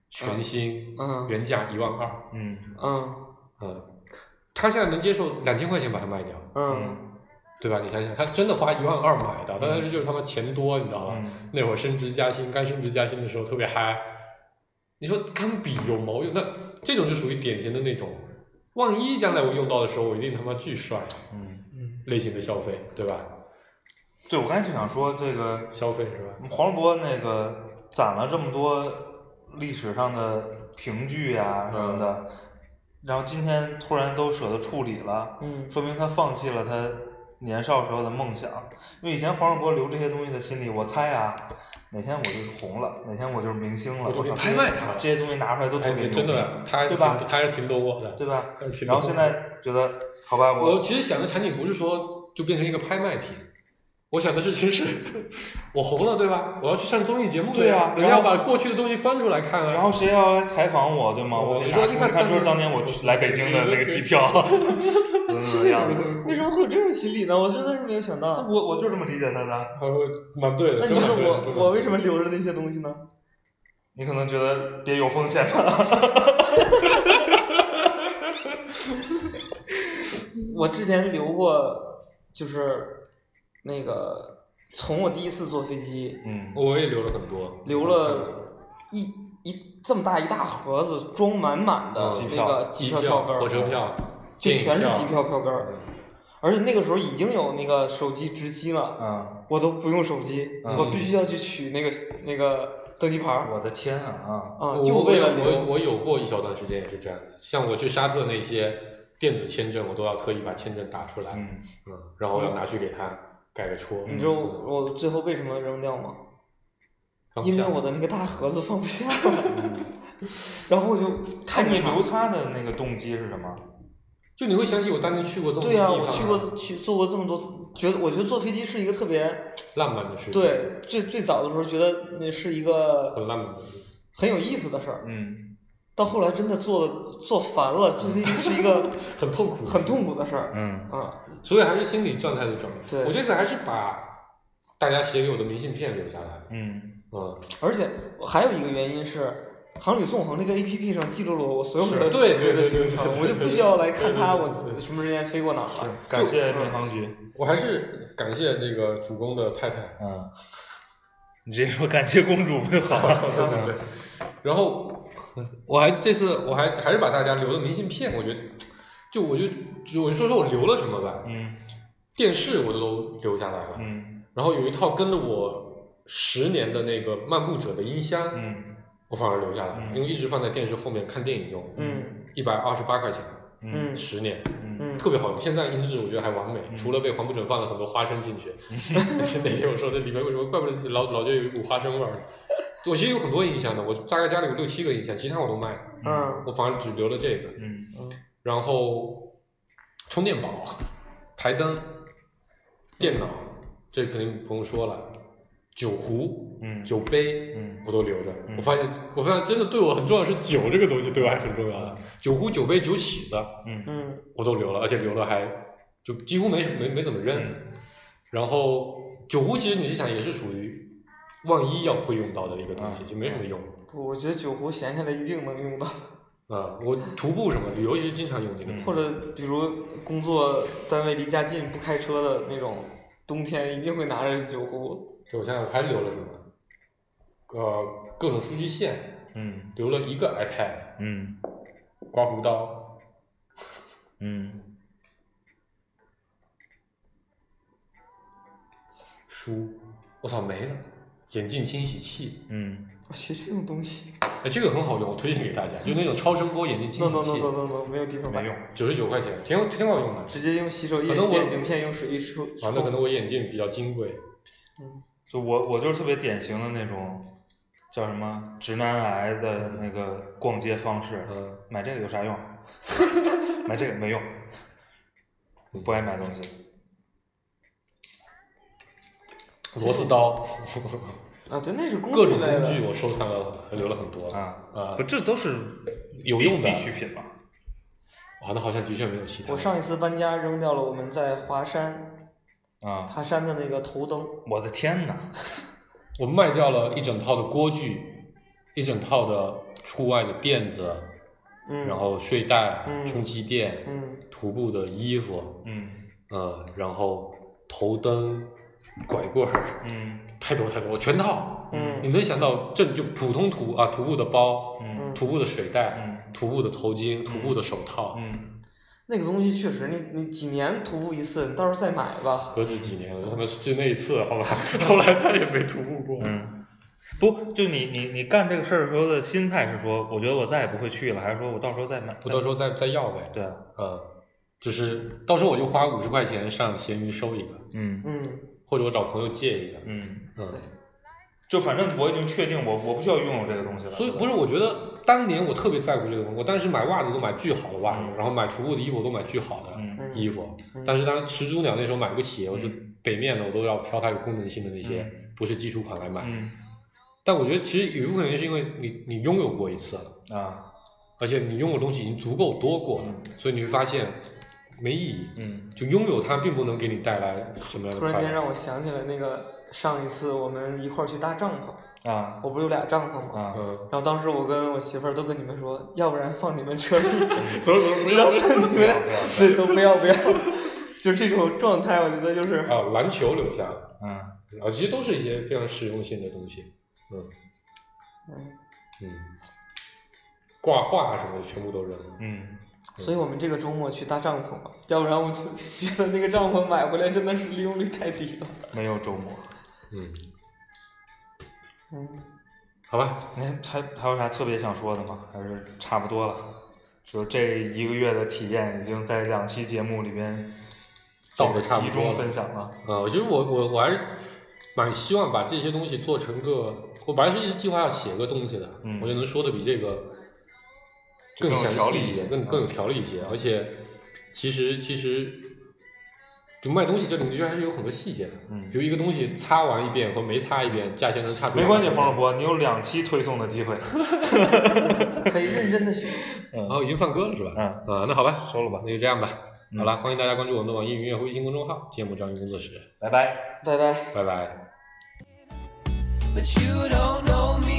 S5: 全新，
S3: 嗯
S5: 原价一万二。
S4: 嗯，
S3: 嗯，
S5: 嗯，他现在能接受两千块钱把它卖掉。
S3: 嗯，
S5: 对吧？你想想，他真的花一万二买的，他当时就是他妈钱多，你知道吧？
S4: 嗯
S5: 那会儿升职加薪，刚升职加薪的时候特别嗨。你说钢笔有毛用？那这种就属于典型的那种，万一将来我用到的时候，我一定他妈巨帅
S4: 嗯，
S3: 嗯，
S5: 类型的消费，对吧？
S4: 对，我刚才就想说这个嗯
S5: 消费是吧？
S4: 黄渤那个攒了这么多历史上的凭据啊什么
S5: 嗯
S4: 的，然后今天突然都舍得处理了，
S3: 嗯，
S4: 说明他放弃了他年少时候的梦想。因为以前黄渤留这些东西在心里，我猜啊，哪天我就是红了，哪天我就是明星了，
S5: 我就可以
S4: 操
S5: 拍卖它了
S4: 这些这些东西拿出来都特别
S5: 哎
S4: 牛逼，
S5: 真的，他还
S4: 对
S5: 挺
S4: 吧？
S5: 他还是挺懂我的。
S4: 对吧
S5: 还是？挺
S4: 然后
S5: 懂
S4: 现
S5: 我的
S4: 在觉得，好吧，
S5: 我其实想的产品不是说就变成一个拍卖品，我想的是其实是我红了对吧？我要去上综艺节目的呀
S4: 对啊
S5: 人家要
S4: 然后
S5: 把过去的东西翻出来看啊。
S4: 然后谁要来采访我，对吗？
S5: 我
S4: 我可以
S5: 你
S4: 拿
S5: 说
S4: 出
S5: 你
S4: 你
S5: 看
S4: 看，
S5: 当
S4: 这是
S5: 时
S4: 当年我去来北京的那个机票，怎
S3: 嗯
S4: 么怎么样的。
S3: 为什么会有这种心理呢？我真的是没有想到。
S4: 我我就这么理解他的。
S5: 还会蛮对的，
S3: 那
S5: 真
S3: 你
S5: 蛮
S3: 说
S5: 对的
S3: 我我为什么？留着那些东西呢？
S4: 你可能觉得别有风险 了。
S3: 我之前留过，就是那个从我第一次坐飞机
S4: 嗯
S5: 真蛮对的我也留了很多，
S3: 留了一一这么大一大盒子装满满的
S5: 嗯
S3: 那个 哦机
S5: 机
S3: 票票根儿，嗯
S5: 火车票、
S3: 就
S5: 电影
S3: 全是机票票根儿
S5: 嗯，
S3: 而且那个时候已经有那个手机值机了，
S4: 啊，
S3: 我都不用手机，
S4: 嗯
S3: 我必须要去取那个那个登机牌儿
S4: 我的天啊啊！
S3: 啊，
S5: 我
S3: 就
S5: 我
S3: 为
S5: 有
S3: 了
S5: 我
S3: 留。
S5: 我有过一小段时间也是这样的，像我去沙特那些电子签证，我都要特意把签证打出来，嗯，
S4: 嗯，
S5: 然后我要拿去给他盖个戳。
S3: 你知道我我最后为什么扔掉吗？
S5: 放不
S3: 因为
S5: 下嗯
S3: 我的那个大盒子放不下， 然后我就
S4: 看
S3: 看
S4: 你
S3: 见
S4: 留他的那个动机是什么？
S5: 就你会想起我当年去过这么多
S3: 对呀、啊
S5: 地
S3: 我
S5: 方啊
S3: 去过去坐过这么多次，觉得我觉得坐飞机是一个特别
S5: 浪漫的事情，，
S3: 对最最早的时候觉得那是一个
S5: 很浪漫的事情。
S3: 很有意思的事儿，
S4: 嗯
S3: 到后来真的坐坐烦了，坐飞机是一个
S5: 很痛苦
S3: 很痛苦的事儿
S4: 嗯
S3: 啊，
S5: 所以还是心理状态的转变。
S3: 对
S5: 我这次还是把大家写给我的明信片留下来。
S4: 嗯，
S5: 嗯，
S3: 而且我还有一个原因是。航旅纵横这个 A P P 上记录了我所有
S5: 是
S3: 的
S5: 对
S3: 所有的
S5: 对对对
S3: 行程
S5: 对对
S3: 我就不需要来看它
S5: 对对对对
S3: 我什么时间飞过哪儿了。
S4: 感谢民航局。
S5: 我还是感谢这个主公的太太。
S4: 嗯，你直接说感谢公主不就好了？
S5: 对对对。然后我还这次我还还是把大家留的明信片，我觉得就我就就我就说说我留了什么吧。
S4: 嗯
S5: 电视我都留下来了，
S4: 嗯
S5: 然后有一套跟了我十年的那个漫步者的音箱，
S4: 嗯
S5: 我反而留下来了，
S4: 嗯
S5: 因为一直放在电视后面看电影用。
S3: 嗯
S5: 一百二十八块钱，
S4: 嗯
S3: 嗯
S5: 十年。
S4: 嗯
S3: 嗯，
S5: 特别好用，现在音质我觉得还完美，除了被黄不准放了很多花生 进去。是那天我说这里面为什么，怪不得老老觉得有一股花生味儿。我其实有很多音箱的，我大概家里有六七个音箱，其他我都卖了，
S3: 嗯
S5: 我反而只留了这个。
S4: 嗯
S5: 然后充电宝、台灯、电脑，这肯定不用说了，酒壶、
S4: 嗯
S5: 酒杯，
S4: 嗯
S5: 我都留着。
S4: 嗯
S5: 我发现，我发现真的对我很重要的是酒这个东西，对我还是很重要的。酒壶、酒杯、酒起子，啊
S4: 嗯
S3: 嗯
S5: 我都留了，而且留了还就几乎没什没没怎么扔。然后酒壶其实你是想也是属于万一要会用到的一个东西，
S4: 嗯
S5: 就没什么用。
S3: 不，我觉得酒壶闲下来一定能用到的。
S5: 啊、我徒步什么旅游其实经常用这个。
S4: 嗯
S3: 或者比如工作单位离家近不开车的那种，冬天一定会拿着酒壶。
S5: 对，我想想还留了什么？呃，各种书机线，
S4: 嗯
S5: 留了一个 iPad、
S4: 嗯
S5: 刮胡刀，
S4: 嗯
S5: 书，我操没了，眼镜清洗器，
S4: 嗯，
S3: 我学这种东西
S5: 哎，这个很好用，我推荐给大家，就那种超声波眼镜清
S3: ，no
S5: 洗
S3: no no
S5: 器
S3: no，no no，没有地方
S4: 没
S3: 买，
S4: 用，
S5: 九十九块钱，挺有挺好用的。
S3: 直接用洗手液
S5: 可能
S3: 洗
S5: 我
S3: 眼镜片，用水一抽，
S5: 啊，那可能
S3: 我
S5: 我眼镜比较金贵，
S4: 就我我就是特别典型的那种叫什么直男癌的那个逛街方式，
S5: 嗯，
S4: 买这个有啥用？ 买这个没用，不爱买东西。
S5: 螺丝刀，
S3: 啊，对，那是工
S5: 各
S3: 具
S5: 种
S3: 类
S5: 工具
S3: 的，
S5: 我收藏了，留了很多
S4: 啊
S5: 啊
S4: 不，这都是
S5: 有
S4: 必
S5: 用的
S4: 必需品吧？
S5: 啊，那好像的确没有其他的。
S3: 我上一次搬家扔掉了我们在华山
S4: 啊，
S3: 爬山的那个头灯，
S4: 我的天哪！
S5: 我卖掉了一整套的锅具，一整套的户外的垫子，
S3: 嗯，
S5: 然后睡袋、
S3: 嗯
S5: 充气垫、
S3: 嗯
S5: 徒步的衣服，
S4: 嗯
S5: 嗯，然后头灯、拐棍儿，
S4: 嗯
S5: 太多太多，全套。
S3: 嗯
S5: 你能想到，这就普通徒啊，徒步的包、
S4: 嗯
S5: 徒步的水袋、
S4: 嗯
S5: 徒步的头巾、徒步的手套，
S4: 嗯，
S3: 那个东西确实，你你几年徒步一次，你到时候再买吧。
S5: 何止几年，我他妈就那一次，好吧， 后来再也没徒步过。
S4: 嗯，不，就你你你干这个事儿的时候的心态是说，我觉得我再也不会去了，还是说我到时候再买？
S5: 我到时候再再要呗。
S4: 对，啊
S5: 嗯，就是到时候我就花五十块钱上闲鱼收一个，
S4: 嗯
S3: 嗯，
S5: 或者我找朋友借一个。
S4: 嗯，
S5: 嗯，
S4: 就反正我已经确定我我不需要拥有这个东西了。
S5: 所以
S4: 对吧
S5: 不是，我觉得当年我特别在乎这个东西，我当时买袜子都买巨好的袜子，
S4: 嗯
S5: 然后买徒步的衣服我都买巨好的
S4: 嗯
S3: 嗯
S5: 衣服。
S3: 嗯
S5: 但是当时始祖鸟那时候买不起，我就
S4: 嗯
S5: 北面的我都要挑它有功能性的那些，
S4: 嗯
S5: 不是基础款来买。
S4: 嗯
S5: 但我觉得其实有一部分原因是因为你你拥有过一次了，
S4: 啊
S5: 而且你拥有的东西已经足够多过了，
S4: 嗯
S5: 所以你会发现没意义。
S4: 嗯
S5: 就拥有它并不能给你带来什么样的
S3: 突
S5: 快乐。
S3: 然间让我想起来那个上一次我们一块儿去搭帐篷，
S4: 啊
S3: 我不是有俩帐篷吗？
S4: 啊
S5: 嗯，
S3: 然后当时我跟我媳妇儿都跟你们说，要不然放你们车里，
S5: 所以嗯说不要
S3: 你们俩对都不要不要， 就是这种状态，我觉得就是
S5: 还有啊篮球留下了
S4: 嗯
S5: 啊，其实都是一些非常实用性的东西。嗯
S3: 嗯，
S5: 嗯，挂画什么的全部都扔了。
S4: 嗯
S3: 所以我们这个周末去搭帐篷吧，要不然我就觉得那个帐篷买回来真的是利用率太低了。
S4: 没有周末。
S5: 嗯，
S3: 嗯，
S5: 好吧，
S4: 哎，还还有啥特别想说的吗？还是差不多了？就这一个月的体验，已经在两期节目里边
S5: 到得差不
S4: 集
S5: 多了
S4: 中分享了。
S5: 啊，我觉得我我我还是蛮希望把这些东西做成个，我本来是一直计划要写个东西的，
S4: 嗯
S5: 我就能说的比这个
S4: 就更有
S5: 详
S4: 条
S5: 细
S4: 理
S5: 一
S4: 一
S5: 些，
S4: 些
S5: 更
S4: 嗯
S5: 更有条理一些，而且其实其实。就卖东西这里面的确还是有很多细节的，
S4: 嗯
S5: 比如一个东西擦完一遍和没擦一遍，价钱能差出
S4: 没关系，
S5: 2%
S4: 黄主播，你有两期推送的机 会。
S3: 可以认真的写。
S5: 哦，已经放歌了是吧？
S4: 嗯
S5: 啊，那好吧，
S4: 收了吧
S5: 那就这样吧。
S4: 嗯
S5: 好了，欢迎大家关注我们的网易云音乐和微信公众号“芥末章鱼工作室
S4: 拜拜。
S3: 拜拜。”，
S5: 拜拜。
S6: but you don't know me "Oh,